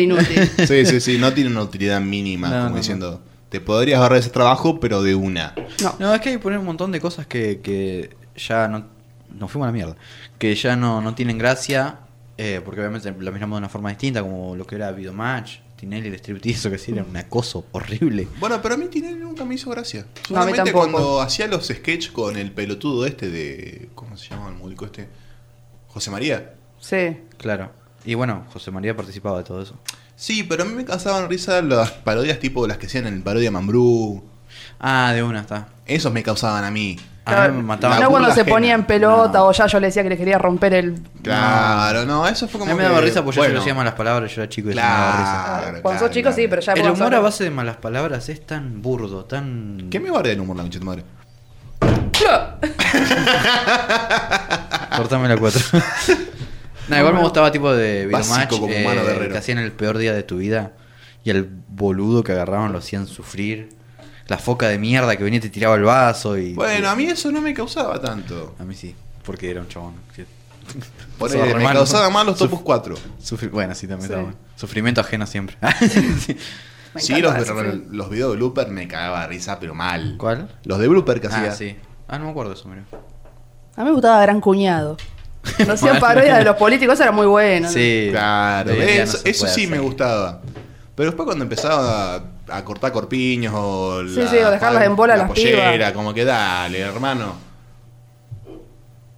D: inútil.
C: Sí, sí, sí. No tiene una utilidad mínima.
B: No,
C: como
B: no, no.
C: diciendo, te podrías ahorrar ese trabajo, pero de una.
D: No.
B: No, es que hay que poner un montón de cosas que, que ya no. Nos fuimos a la mierda. Que ya no, no tienen gracia. eh, porque obviamente lo miramos de una forma distinta, como lo que era Videomatch, Tinelli, el striptease, eso que sí, era un acoso horrible.
C: Bueno, pero a mí Tinelli nunca me hizo gracia.
D: No, a mí
C: Solamente
D: tampoco.
C: cuando hacía los sketch con el pelotudo este de. ¿Cómo se llama el músico este? José María.
D: Sí.
B: Claro. Y bueno, José María participaba de todo eso.
C: Sí, pero a mí me causaban risa las parodias tipo las que hacían en el parodia Mambrú.
B: Ah, de una está.
C: Esos me causaban a mí.
B: A mí me mataban.
D: no
C: la
D: cuando
C: puta
D: se
C: ajena.
D: ponía en pelota
B: No.
D: o ya yo le decía que le quería romper el.
C: Claro, no, eso fue
B: A
C: como.
B: mí me
C: que,
B: daba risa porque yo
C: bueno,
B: yo decía malas palabras, yo era chico y eso me daba risa.
C: Claro.
D: cuando
C: claro,
D: sos chico
C: claro.
D: sí, pero ya.
B: El
D: cuando
B: humor
D: sos-
B: a base de malas palabras es tan burdo, tan...
C: ¿Qué me guardé el humor la concha de tu madre?
B: Cortame la 4. no, igual me gustaba tipo de
C: Básico
B: videomatch
C: como
B: eh,
C: humano guerrero.
B: que hacían el peor día de tu vida y el boludo que agarraban lo hacían sufrir. La foca de mierda que venía y te tiraba el vaso y...
C: Bueno, a mí eso no me causaba tanto.
B: A mí sí, porque era un chabón. que
C: Por
B: Pasaba
C: ahí,
B: re
C: me
B: mal.
C: causaba más los
B: Suf-
C: topos 4.
B: sufri- Bueno, sí, también
D: Sí.
B: está bueno. Sufrimiento ajeno siempre. Sí.
D: Me
C: Sí, los,
D: encanta ese film.
C: los videos de blooper me cagaba de risa, pero mal.
B: ¿Cuál?
C: Los de blooper que hacía.
B: Ah, sí. Ah, no me acuerdo eso, mira.
D: A mí me gustaba Gran Cuñado. No hacían parodias de los políticos, eso era muy bueno.
B: Sí.
C: Claro,
B: Hoy en día no
C: eso,
B: se
C: eso
B: puede
C: sí me
B: hacer.
C: gustaba. Pero después cuando empezaba a, a cortar corpiños o...
D: Sí, sí, o dejarlas en bola a las pibas.
C: como que dale, hermano.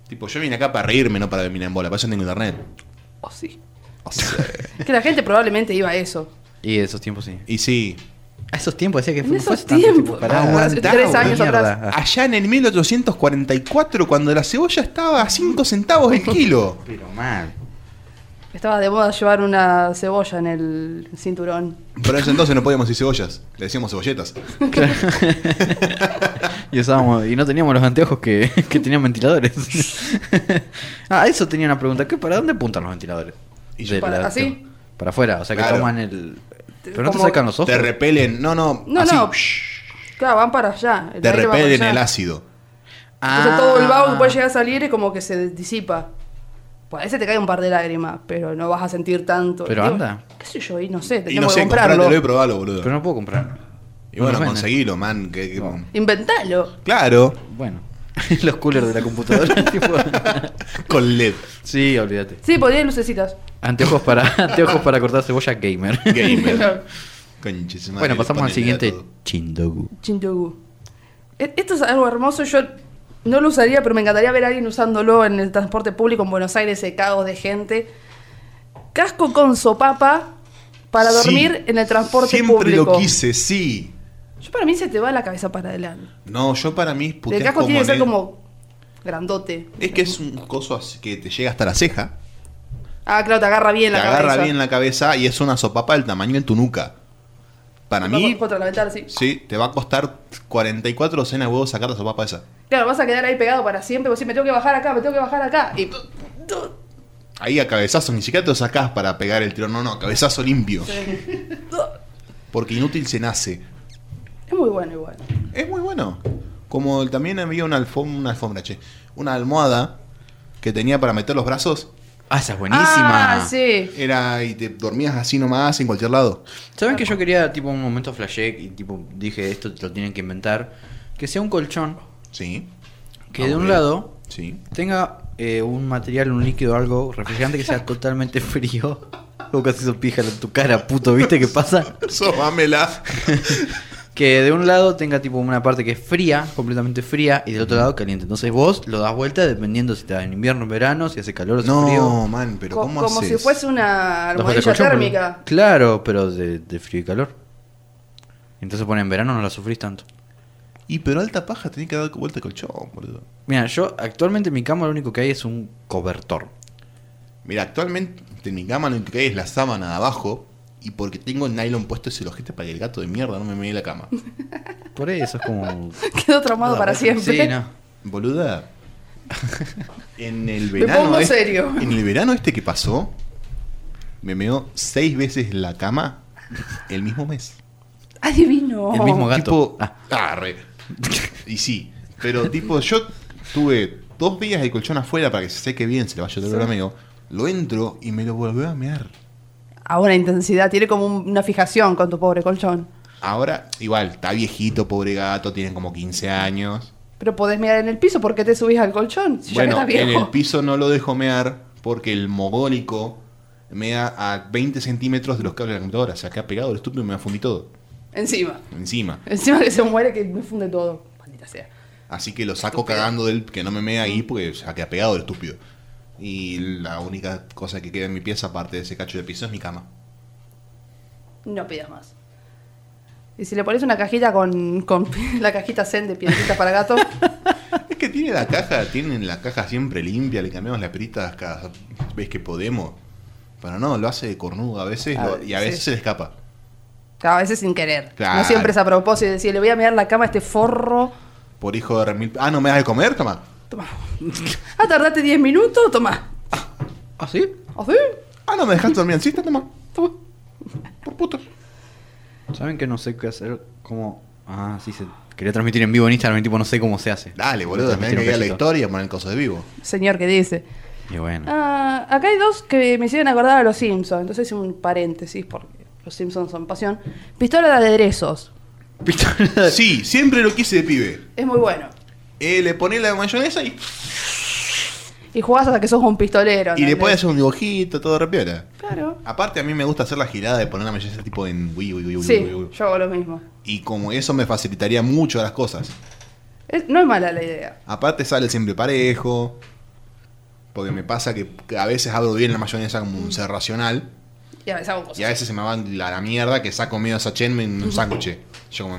C: Tipo, yo vine acá para reírme, no para mirar en bola. Para eso tengo internet.
D: Oh, sí.
C: O sea,
D: Que la gente probablemente iba a eso.
B: Y de esos tiempos sí.
C: y sí.
B: A esos tiempos decía que
D: En
B: fue
D: esos
B: fue hace tanto tiempo,
D: tiempos.
B: pará. Ah,
D: Ah, hace
C: Aguantá,
D: tres
C: boludo.
D: años atrás.
B: Mierda.
C: Allá en el 1844, cuando la cebolla estaba a 5 centavos el kilo.
B: Pero mal.
D: Estaba de moda llevar una cebolla en el cinturón.
C: Pero en ese entonces no podíamos decir cebollas. Le decíamos cebolletas.
B: Y, usábamos- y no teníamos los anteojos que, que tenían ventiladores. ah, eso tenía una pregunta. ¿Qué, ¿Para dónde apuntan los ventiladores?
C: Y
B: Del
D: para-
B: anteojo.
D: ¿así?
B: Para afuera, o sea que
C: Claro.
B: toman el... Pero no te
D: Como-
B: sacan los ojos.
C: Te repelen. No, no.
D: No,
C: así.
D: no. Claro, van para allá.
C: Te
D: aire va para
C: repelen
D: allá.
C: el ácido.
B: Ah.
D: Entonces todo el vago que puede llegar a salir es como que se disipa. Pues a veces te cae un par de lágrimas, pero no vas a sentir tanto.
B: Pero
D: Y digo,
B: anda.
D: ¿Qué sé yo? Y no sé,
C: Y no
D: tenemos
C: sé,
D: que comprarlo.
C: comprátelo y probalo, boludo.
B: Pero no puedo comprar.
C: y bueno,
B: no venden.
C: conseguilo, man. que- que-
B: No.
D: Inventalo.
C: Claro,
B: Bueno. Los coolers de la computadora. tipo.
C: con E LED.
B: Sí, olvídate.
D: Sí, ponía lucecitas.
B: Anteojos para, anteojos para cortar cebolla gamer.
C: Gamer. Concha su madre,
B: bueno,
C: le
B: pasamos al
C: ponen
B: siguiente.
C: LED a todo.
B: Chindogu.
D: Chindogu. E- Esto es algo hermoso. Yo no lo usaría, pero me encantaría ver a alguien usándolo en el transporte público en Buenos Aires, ese caos de gente. Casco con sopapa para dormir
C: Sí.
D: en el transporte
C: Siempre
D: público.
C: lo quise, sí.
D: Yo para mí se te va la cabeza para adelante.
C: No, yo para mí puteas
D: el casco tiene que ser
C: moned-
D: como grandote.
C: Es que es un coso así que te llega hasta la ceja,
D: Ah, claro, te agarra bien
C: te
D: la
C: agarra
D: cabeza.
C: bien la cabeza y es una sopapa del tamaño de tu nuca. Para mí,
D: Contra la ventana, sí.
C: sí, te va a costar 44 cenas de huevos sacar la sopapa esa.
D: Claro, vas a quedar ahí pegado para siempre. Vos decís, me tengo que bajar acá, me tengo que bajar acá. Y
C: Ahí a cabezazo, ni siquiera te lo sacás para pegar el tirón, no, no, cabezazo limpio. Porque inútil se nace.
D: es muy bueno igual.
C: Es muy bueno. Como el- también había una, alfom una alfombra, che, una almohada que tenía para meter los brazos,
B: Ah, esa es buenísima.
D: Ah, sí.
C: era y te dormías así nomás en cualquier lado.
B: ¿Saben que yo quería, tipo, un momento flashé y, tipo, dije, esto lo tienen que inventar? Que sea un colchón
C: Sí.
B: que
C: Ah,
B: de
C: muy
B: un
C: bien.
B: lado
C: Sí.
B: tenga eh, un material, un líquido, algo refrescante que sea totalmente frío. O casi hizo pija en tu cara, puto, ¿viste qué pasa?
C: Sobámela.
B: Que de un lado tenga tipo una parte que es fría, completamente fría, y del otro lado caliente. Entonces vos lo das vuelta dependiendo si está en invierno, en verano, si hace calor o hace
C: No,
B: frío.
C: man, pero
D: Co-
C: ¿cómo
D: como
C: haces?
D: si fuese una
B: Dos
D: almohadilla
B: vueltas de colchón, pero-
D: térmica.
B: Claro, pero de, de frío y calor. Entonces pone en verano no la sufrís tanto.
C: Y pero alta paja tenía que dar vuelta al colchón, boludo.
B: Mira, yo actualmente en mi cama lo único que hay es un cobertor.
C: Mira, actualmente en mi cama lo que hay es la sábana de abajo. Y porque tengo el nylon puesto ese ojete para que el gato de mierda no me mee la cama.
B: Por eso es como.
D: Quedó traumado para siempre.
B: Sí, no.
C: Boluda. En el
D: Me
C: verano.
D: pongo
C: este-
D: serio.
C: En el verano este que pasó, me meó seis veces la cama el mismo mes.
D: Adivino.
B: El mismo gato.
C: Tipo.
B: Ah.
C: Ah, re. Y sí. Pero tipo, yo tuve dos días de colchón afuera para que se seque bien, se le vaya el olor a medio. Lo entro y me lo volvió a mear.
D: A una intensidad, tiene como un- una fijación con tu pobre colchón.
C: Ahora, igual, está viejito, pobre gato, tiene como 15 años.
D: Pero podés mirar en el piso porque te subís al colchón. Si
C: bueno,
D: ya que estás
C: en
D: viejo.
C: el piso no lo dejo mear porque el mogólico mea a 20 centímetros de los cables de la computadora. O sea, que ha pegado el estúpido y me fundí todo.
D: Encima.
C: Encima.
D: Encima que se muere, que me funde todo. Maldita sea.
C: Así que lo saco cagando del que no me mea ahí porque se ha quedado pegado el estúpido. Y la única cosa que queda en mi pieza, aparte de ese cacho de piso, es mi cama.
D: No pidas más. Y si le pones una cajita con, con la cajita zen de piedritas para gato,
C: Es que tiene la caja, tienen la caja siempre limpia, le cambiamos las peritas cada vez que podemos. Pero no, lo hace de cornudo a veces lo- y a
D: Ah,
C: veces
D: sí.
C: se le escapa.
D: a veces sin querer.
C: Claro.
D: No siempre es a propósito. Decir, le voy a mirar la cama a este forro.
C: Por hijo de remil. Ah, no me das de comer, toma.
D: Toma. Ah, tardaste 10 minutos, toma.
B: ¿Ah, sí?
D: ¿Así?
C: Ah, no me dejas dormir en siesta, toma.
D: Toma.
C: Por puto.
B: ¿Saben que no sé qué hacer? ¿Cómo.? Ah, sí, se... quería transmitir en vivo en Instagram y tipo no sé cómo se hace.
C: Dale, boludo, me
B: Transmitir
C: que
B: un
C: ir a la
B: pedacito.
C: historia, poner cosas de vivo.
D: Señor que dice.
B: Y bueno.
D: Ah, acá hay dos que me hicieron acordar a los Simpsons. Entonces hice un paréntesis porque los Simpsons son pasión. Pistola de aderezos.
B: Pistola-
C: Sí, siempre lo quise de pibe.
D: Es muy bueno.
C: Eh, le ponés la mayonesa y,
D: Y jugás hasta que sos un pistolero.
C: y le
D: ¿entendés?
C: podés hacer un dibujito, todo repiola.
D: Claro.
C: Aparte, a mí me gusta hacer la girada de poner la mayonesa tipo en uy, uy, uy, uy,
D: Sí,
C: uy, uy.
D: yo hago lo mismo.
C: Y como eso me facilitaría mucho las cosas.
D: Es- no es mala la idea.
C: Aparte sale siempre parejo. Porque me pasa que a veces abro bien la mayonesa como un ser racional.
D: Y a veces hago cosas.
C: Y a veces se me va la, la mierda que saco medio sachet en un sándwich. Yo como...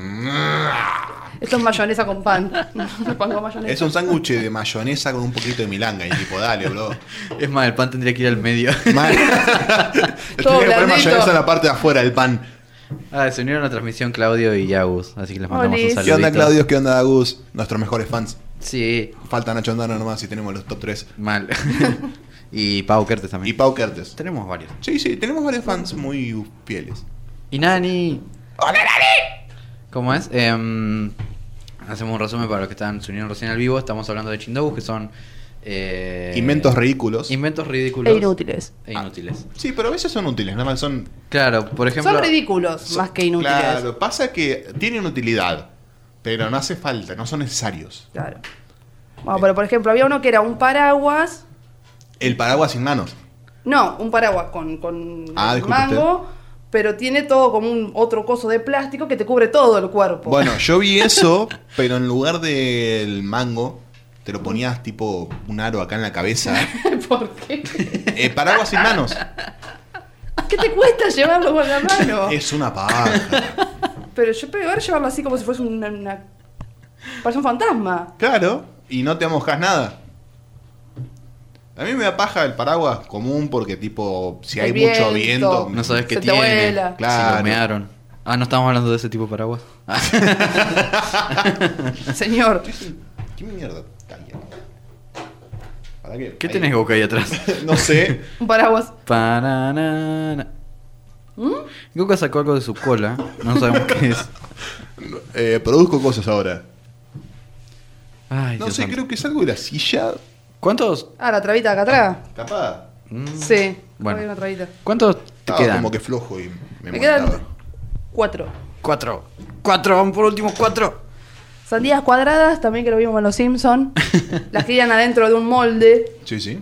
D: Esto es mayonesa con pan. Le pongo mayonesa.
C: Es un sándwich de mayonesa con un poquito de milanga. Y tipo, dale, bro.
B: Es más, el pan tendría que ir al medio.
C: Mal. Le tenés que poner
D: blandito.
C: mayonesa en la parte de afuera del pan.
B: Ah, se unieron a la transmisión Claudio y Agus, así que les mandamos
D: Olis.
B: un
D: ¿Qué
B: saludo.
C: ¿Qué onda, Claudio? ¿Qué onda, Agus? Nuestros mejores fans.
B: Sí,
C: Falta Nacho Andano nomás y tenemos los top 3.
B: mal. y Pau Kertes
C: Y
B: también.
C: Pau Kertes.
B: Tenemos varios.
C: Sí, sí, tenemos varios fans muy fieles.
B: Y Nani. ¡Hola, Nani! ¿Cómo es? Em, hacemos un resumen para los que están se unieron recién al vivo. Estamos hablando de Chindogus, que son Eh,
C: Inventos ridículos. Ah.
B: Inventos ridículos.
D: E inútiles.
B: E inútiles.
C: Sí, pero a veces son útiles, nada más son...
B: Claro, por ejemplo.
D: Son ridículos
C: son-
D: más que inútiles. Claro.
C: Claro, pasa que tienen utilidad, pero no hace falta, no son necesarios. Eh.
D: Bueno, pero por ejemplo, había uno que era un paraguas.
C: El paraguas sin manos.
D: No, un paraguas con, con
C: Ah, disculpe
D: mango, pero tiene todo como un otro coso de plástico que te cubre todo el cuerpo.
C: Bueno, yo vi eso, pero en lugar del mango, te lo ponías tipo un aro acá en la cabeza.
D: ¿Por qué?
C: Eh, paraguas sin manos.
D: ¿Qué te cuesta llevarlo con la mano?
C: Es una paja.
D: Pero yo peor llevarlo así como si fuese una. una- Parece un fantasma.
C: Claro, y no te mojas nada. A mí me da paja el paraguas común porque tipo, si
D: El
C: hay mucho
D: viento.
C: viento...
B: No sabes qué
D: Se te
B: tiene.
D: vuela.
C: Claro.
B: Si lo mearon. Ah, no estamos hablando de ese tipo de paraguas.
D: Señor.
C: ¿Qué mierda? Calla. ¿Para qué?
B: ¿Qué
C: Ahí.
B: tenés boca ahí atrás?
C: no sé.
D: Un paraguas.
B: Paranana.
D: ¿Mm?
B: Goku sacó algo de su cola. No sabemos qué es.
C: Eh, produzco cosas ahora.
B: Ay,
C: No
B: Dios
C: sé,
B: santo.
C: creo que es algo de la silla.
B: ¿Cuántos?
D: Ah, la trabita de acá atrás.
C: Capaz.
D: Sí.
B: Bueno.
D: Bueno. Una trabita.
B: ¿Cuántos te
C: Estaba
B: quedan?
C: Ah, como que flojo y me,
D: Me quedan
C: molestaba.
D: cuatro.
B: Cuatro. Cuatro, vamos por último, cuatro.
D: Sandías cuadradas, también que lo vimos en los Simpsons. Las crían adentro de un molde
C: Sí, sí.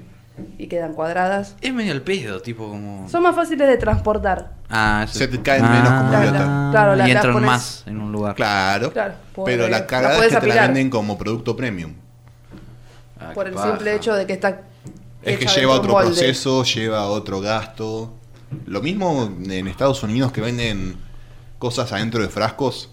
D: y quedan cuadradas.
B: Es medio el pedo, tipo como.
D: Son más fáciles de transportar.
B: Ah, eso-
C: Se te caen menos como
B: Ah,
D: pelota. Claro, la-
B: y
D: la
B: entran
D: pones-
B: más en un lugar.
C: Claro.
D: Claro,
C: pero
D: porque
C: la
D: la
C: cagada es
D: podés
C: que te la
D: apilar.
C: venden como producto premium.
B: Ah,
D: por
B: qué
D: el
B: paja.
D: simple hecho de que está.
C: Es que
D: hecha
C: lleva
D: dentro
C: otro
D: de un molde.
C: proceso, lleva otro gasto. Lo mismo en Estados Unidos que venden cosas adentro de frascos.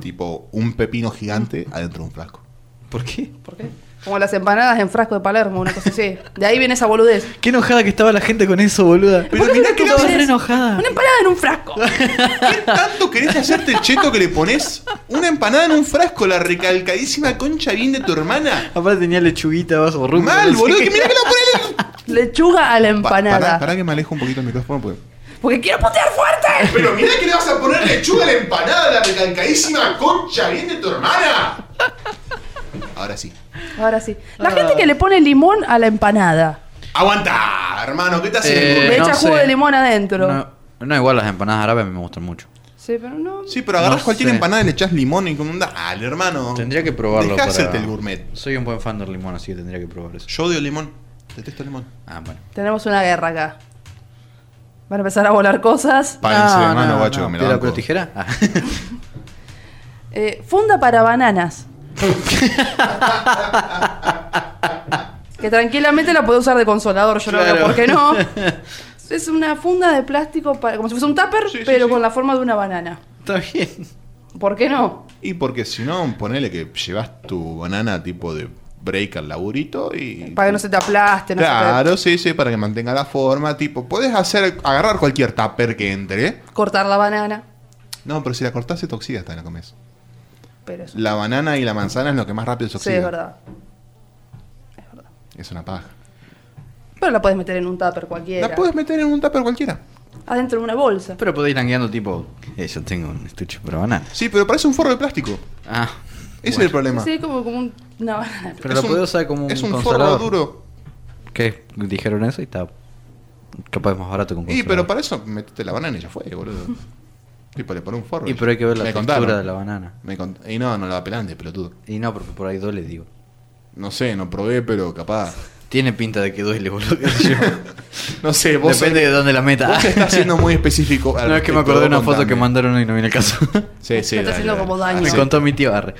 C: Tipo un pepino gigante adentro de un frasco.
B: ¿Por qué?
D: ¿Por qué? Como las empanadas en frasco de Palermo, una cosa así. De ahí viene esa boludez.
B: Qué enojada que estaba la gente con eso, boluda.
C: Pero mirá que
D: ¿Qué
B: estaba
D: es?
B: re enojada.
D: Una empanada en un frasco.
C: ¿Qué tanto querés hacerte el cheto que le pones una empanada en un frasco, la recalcadísima concha bien de tu hermana?
B: Aparte tenía lechuguita abajo, rumbo.
C: Mal, boludo, que mirá que la pones.
D: Lechuga a la empanada.
C: Pará, pará que me alejo un poquito el micrófono. Porque...
D: Porque quiero putear fuerte.
C: Pero mirá que le vas a poner lechuga a la empanada, la recalcadísima concha bien de tu hermana. Ahora sí.
D: Ahora sí.
C: Ah.
D: La gente que le pone limón a la empanada.
C: Aguanta, hermano, ¿qué estás haciendo?
D: Le
B: Eh, no
D: echa jugo
B: sé.
D: de limón adentro.
B: No, no, igual las empanadas árabes a mí me gustan mucho.
D: Sí, pero no.
C: Sí, pero agarras
B: no
C: cualquier
B: sé.
C: empanada y le echas limón y como dale, hermano.
B: Tendría que probarlo.
C: Dejá
B: para-
C: hacerte el gourmet.
B: Soy un buen fan del limón, así que tendría que probar eso.
C: Yo odio el limón. Detesto el limón.
B: Ah, bueno.
D: Tenemos una guerra acá. Van a empezar a volar cosas.
C: Párense de mano, guacho, que me
B: ¿Piedra,
C: la banco.
B: papel o tijera? Ah.
D: Eh, funda para bananas. que tranquilamente la puedo usar de consolador, yo no veo
B: Claro.
D: por qué no. Es una funda de plástico, para- como si fuese un tupper,
C: Sí, sí,
D: pero
C: sí.
D: con la forma de una banana.
B: Está bien.
D: ¿Por qué no?
C: Y porque si no, ponele que llevas tu banana tipo de break al laburito y.
D: Para que no se te aplaste, no se te-
C: Claro, sí, sí, para que mantenga la forma, tipo, puedes hacer, agarrar cualquier tupper que entre. ¿eh?
D: cortar la banana.
C: No, pero si la cortás se te oxida hasta que la comes.
D: Pero eso.
C: La banana y la manzana es lo que más rápido se
D: sí,
C: oxida.
D: es verdad.
C: Es una paja.
D: Pero la puedes meter en un tupper cualquiera.
C: La puedes meter en un tupper cualquiera.
D: Adentro de una bolsa.
B: Pero podéis ir guiando tipo. Eh, yo tengo un estuche para banana.
C: Sí, pero parece un forro de plástico.
B: Ah.
C: Ese es
B: bueno.
C: el problema.
D: Sí, como, como un- una banana.
B: Pero
C: Es
B: lo
C: un-
B: podés usar como un
C: Es un forro
B: consolador.
C: duro.
B: ¿Qué? Dijeron eso y está. Capaz es más barato con
C: Y
B: consolador.
C: pero para eso metete la banana y ya fue, boludo. Tipo, le pones un forro.
B: Y pero hay que ver la
C: Me
B: textura
C: contaron.
B: de la banana.
C: Me cont- Y no, no la pelan de pelotudo.
B: Y no, porque por ahí duele, digo.
C: No sé, no probé, pero capaz.
B: Tiene pinta de que duele, boludo. qué sé yo.
C: No sé, vos.
B: Depende de dónde la meta.
C: Vos estás siendo muy específico. al
B: No, es que me
C: respecto,
B: acordé de una
C: vos
B: foto que
C: contame.
B: mandaron y no viene el caso.
C: Sí, sí.
D: Me está
C: dale,
D: haciendo
C: dale.
D: como daño.
B: Me
C: Ah, Sí.
B: contó mi tío Arre.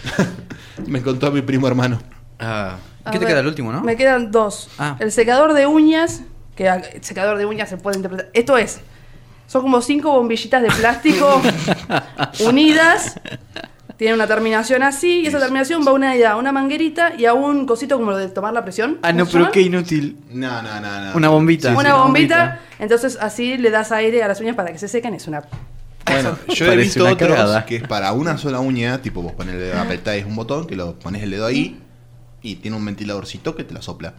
C: Me contó mi primo hermano.
B: Ah,
D: A
B: ¿Qué te
D: ver,
B: queda el último, no?
D: Me quedan dos.
B: Ah.
D: El secador de uñas, que a- el secador de uñas se puede interpretar. Esto es, son como cinco bombillitas de plástico unidas. Tiene una terminación así y esa terminación va unida a una manguerita y a un cosito como lo de tomar la presión.
B: Ah, no,
D: ¿Cómo se
B: pero
D: llama?
B: qué inútil.
C: No, no, no, no.
B: Ah, Una bombita.
D: Una
B: Sí, sí,
D: bombita.
B: bombita.
D: Entonces así le das aire a las uñas para que se sequen. Es una...
C: Bueno, yo he
B: Parece
C: visto
B: una
C: otros
B: cagada.
C: que es para una sola uña, tipo vos pones el dedo, apretás un botón, que lo pones el dedo ahí y tiene un ventiladorcito que te la sopla.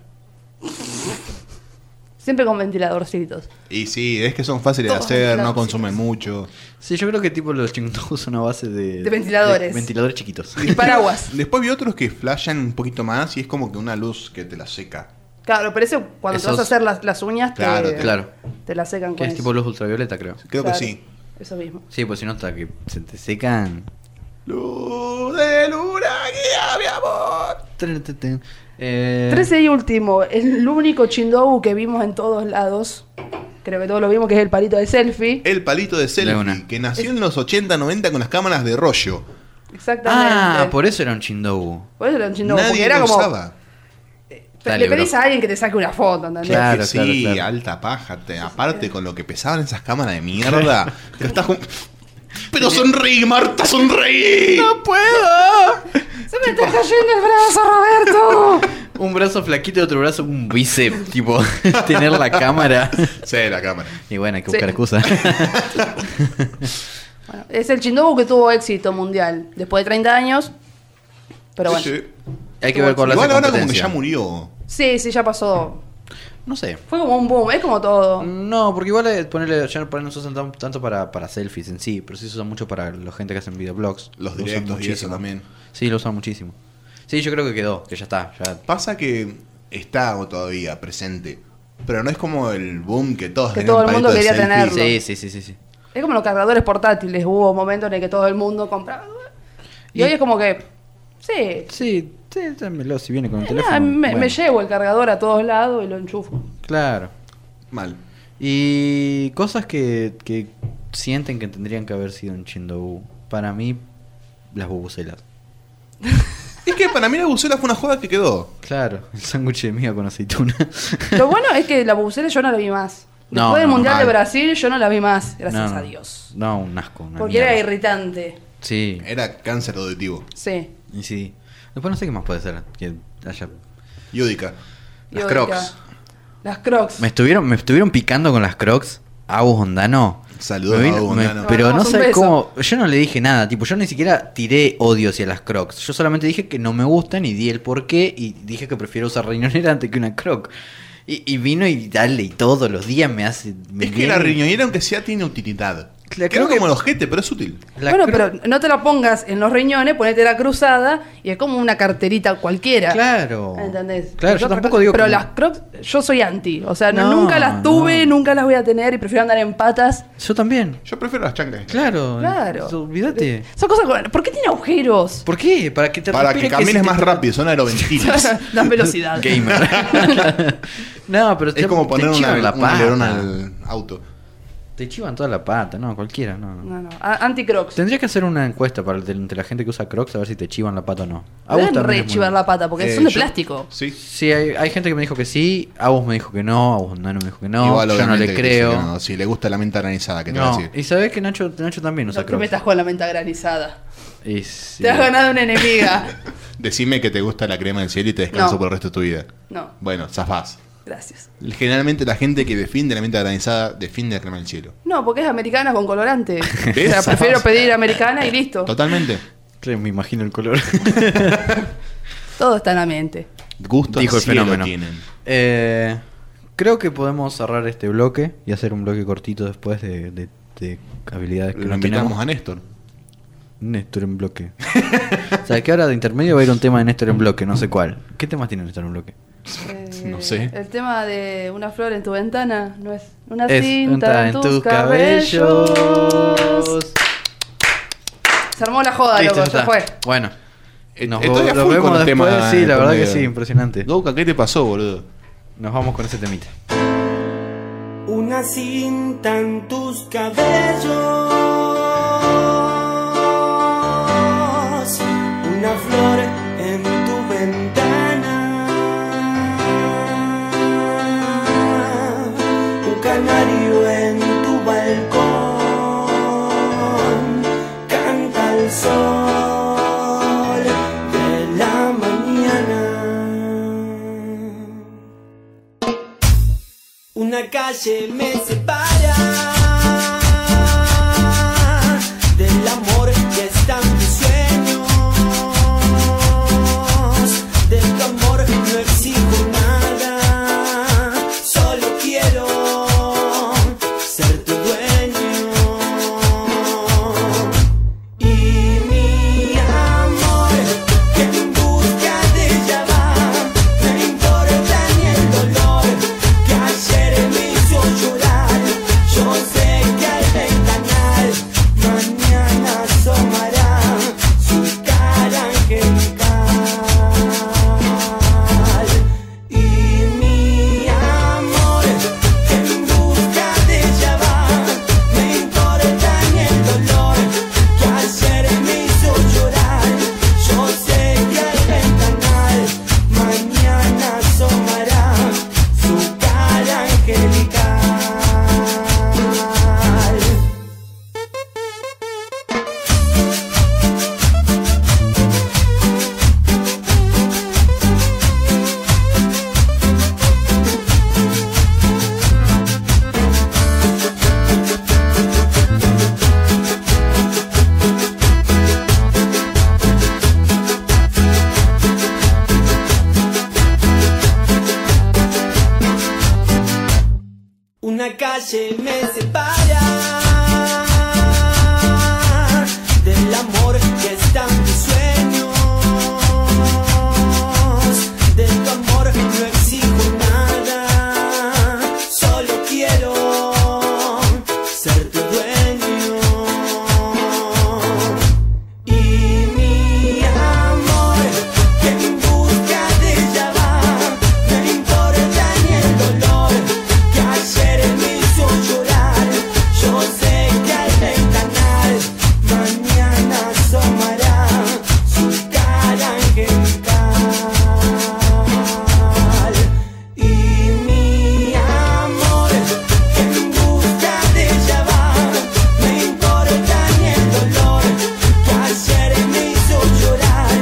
D: Siempre con ventiladorcitos.
C: Y sí, es que son fáciles de
D: Todos
C: hacer, no
D: ventiladores,
C: consumen
D: chicos.
C: mucho.
B: Sí, yo creo que tipo los chingados usan a base de...
D: De ventiladores.
B: de ventiladores chiquitos.
D: Y paraguas.
C: Después vi otros que flashan un poquito más y es como que una luz que te la seca.
D: Claro, pero eso cuando te vas a
B: Esos-
D: hacer las, las uñas
C: Claro,
D: te,
B: claro.
D: te las secan
B: Que
D: con
B: es
D: eso.
B: tipo luz ultravioleta, creo.
C: Creo
D: Claro,
C: que sí.
D: Eso mismo.
B: Sí, pues si no, hasta que se te secan...
C: Luz de luna, guía mi amor.
B: Tren, tren, tren. Eh,
D: Trece y último, el único chindou que vimos en todos lados, creo que todos lo vimos, que es el palito de selfie.
C: El palito de selfie,
B: Leona.
C: que nació en los 80-90 con las cámaras de rollo.
D: Exactamente.
B: Ah, por eso era un chindobu.
D: Por eso era un chindou,
C: Nadie
D: porque era
C: lo
D: como...
C: usaba.
D: Pe-
B: Dale,
D: le pedís
B: bro.
D: a alguien que te saque una foto, ¿entendés?
B: Claro.
C: Que sí,
B: claro.
C: alta paja. te- aparte con lo que pesaban esas cámaras de mierda. que estás como- Pero sonreí, Marta, sonreí.
D: ¡Se me está cayendo el brazo, Roberto!
B: Un brazo flaquito y otro brazo un bíceps, tipo, tener la cámara.
C: Sí, la cámara.
B: Y bueno, hay que
D: Sí.
B: buscar excusa.
D: Bueno, es el chindobu que tuvo éxito mundial después de 30 años. Pero bueno.
C: Sí,
D: Sí,
C: sí.
B: hay que ver con la
C: Igual ahora como que
B: competencia.
C: ya murió.
D: sí, ya pasó.
B: No sé.
D: Fue como un boom, es como todo.
B: No, porque igual eh, ponerle, ya no se usan tan- tanto para, para selfies en sí, pero sí se usan mucho para la gente que hacen videoblogs.
C: Los
B: Lo usan
C: directos y eso
B: muchísimo.
C: también.
B: Sí, lo usan muchísimo. Sí, yo creo que quedó, que ya está. Ya.
C: Pasa que está todavía presente. Pero no es como el boom que todos
D: Que
C: tenían
D: todo el
C: palito
D: mundo
C: de
D: quería
C: selfie.
D: tenerlo.
B: Sí, sí, sí, sí. sí.
D: Es como los cargadores portátiles, hubo momentos en el que todo el mundo compraba. Y,
B: Y-
D: hoy es como que. Sí.
B: Sí, sí, dámelo si viene con el
D: nada,
B: teléfono. Ah,
D: me, me
B: bueno,
D: llevo el cargador a todos lados y lo enchufo.
B: Claro.
C: Mal.
B: Y cosas que, que sienten que tendrían que haber sido un Chindobu. Para mí, las bubucelas.
C: Es que para mí la bucela fue una joda que quedó.
B: Claro, el sándwich de miga con aceituna.
D: Lo bueno es que la bubucera yo no la vi más.
B: No,
D: Después del
B: no,
D: Mundial
B: mal.
D: de Brasil yo no la vi más,
B: No,
D: gracias
B: no.
D: a Dios.
B: No, un asco. una
D: Porque era
B: mierda.
D: irritante.
B: Sí,
C: Era cáncer auditivo.
D: Sí.
B: y sí. Después no sé qué más puede ser. que haya-
C: Yúdica. Las
D: Yo
C: crocs.
D: diría, Las crocs.
B: Me estuvieron, me estuvieron picando con las crocs. Agus Hondano.
C: Saludos
B: Me
C: a Agus
B: me-
C: Hondano.
D: Le
B: Pero no
D: mandamos un
B: sé
D: beso.
B: cómo. Yo no le dije nada. Tipo, yo ni siquiera tiré odio hacia las crocs. Yo solamente dije que no me gustan y di el porqué. Y dije que prefiero usar riñonera antes que una croc. Y, y vino y dale, y todos los días me hace. me
C: Es que la
B: viene-
C: riñonera, aunque sea, tiene utilidad.
B: Claro, creo
C: Creo
B: que-
C: como los gente, pero es útil.
B: la
D: bueno,
B: croc-
D: pero no te la pongas en los riñones, ponete la cruzada y es como una carterita cualquiera.
B: Claro.
D: ¿Entendés?
B: Claro,
D: Es
B: yo
D: otra
B: tampoco
D: cosa.
B: digo.
D: Pero
B: que-
D: las crocs, yo soy anti. O sea, no-
B: No,
D: nunca las tuve,
B: no.
D: nunca las voy a tener y prefiero andar en patas.
B: Yo también.
C: Yo prefiero las chancas.
B: Claro.
D: Claro.
B: Eso, Olvídate.
D: Son cosas con- ¿Por qué tiene agujeros?
B: ¿Por qué? Para que te
C: Para
B: respire
C: que
B: se
C: camines
B: te-
C: más rápido, son aeroventilas.
D: Dan velocidad.
B: Gamer. no, pero
C: es como poner una,
B: chivan
C: una
B: la pata.
C: alerona al auto.
B: Te chivan toda la pata, no, cualquiera, no. no.
D: No, no. a- Anti crocs.
B: Tendrías que hacer una encuesta para el- entre la gente que usa Crocs a ver si te chivan la pata o no. Agus también
D: Deben
B: es
D: re
B: muy-
D: chivar la pata porque
C: Eh,
D: son de
C: yo-
D: plástico.
C: Sí.
B: Sí, hay, hay gente que me dijo que sí, Agus me dijo que no, Agus no, me dijo que no,
C: Igual,
B: yo no
C: obviamente,
B: le
C: que dice
B: creo.
C: que no, si le gusta la menta granizada, que te va a
B: No,
C: decir.
B: y sabes que Nacho, Nacho también usa
D: No te
B: Crocs.
D: metas con la menta granizada.
B: Y sí.
D: Te has ganado una enemiga.
C: Decime que te gusta la crema del cielo y te descanso
D: No.
C: por el resto de tu vida.
D: No,
C: Bueno, zafás.
D: gracias.
C: Generalmente la gente que defiende la menta granizada defiende la crema del cielo.
D: No, porque es americana con colorante. O
C: ¿Ves?
D: sea, prefiero pedir americana y listo.
C: Totalmente.
B: Claro, me imagino el color.
D: Todo está en la mente.
C: Gusto
B: Dijo
C: al
B: el
C: cielo
B: fenómeno.
C: tienen.
B: Eh, creo que podemos cerrar este bloque y hacer un bloque cortito después de, de- de habilidades que
C: Lo
B: no tenemos.
C: invitamos a Néstor.
B: Néstor en bloque. o sea, que ahora de intermedio va a ir un tema de Néstor en bloque, no sé cuál. ¿Qué temas tiene Néstor en bloque?
D: Eh,
C: No sé.
D: El tema de una flor en tu ventana no es una
B: Es
D: cinta en tus, cabellos. Se armó la joda,
B: Listo, ya
D: loco, ya
B: está.
D: pues, fue.
B: Bueno.
C: Eh,
B: Nos,
C: estoy a
B: nos
C: full con
B: vemos
C: los
B: después.
C: temas
B: sí,
C: de
B: la verdad que
C: comedia.
B: sí, impresionante.
C: Douka, ¿qué te pasó, boludo?
B: Nos vamos con ese temita.
E: una cinta en tus cabellos, una flor en tu ventana, un canario en tu balcón, canta el sol de la mañana. Una calle me separa del amor que está en mis sueños. De tu amor no exijo nada, solo quiero una calle me separa del amor que está en mis sueños. De tu amor no exijo nada, solo quiero ser tu dueño. Y mi amor, que en busca de ella va, no importa ni el dolor, que ayer me hizo llorar, yo sé que al ventanal, mañana asomará su cara angelical. Y mi amor, que en busca de ella va, no importa ni el dolor, que ayer me hizo llorar,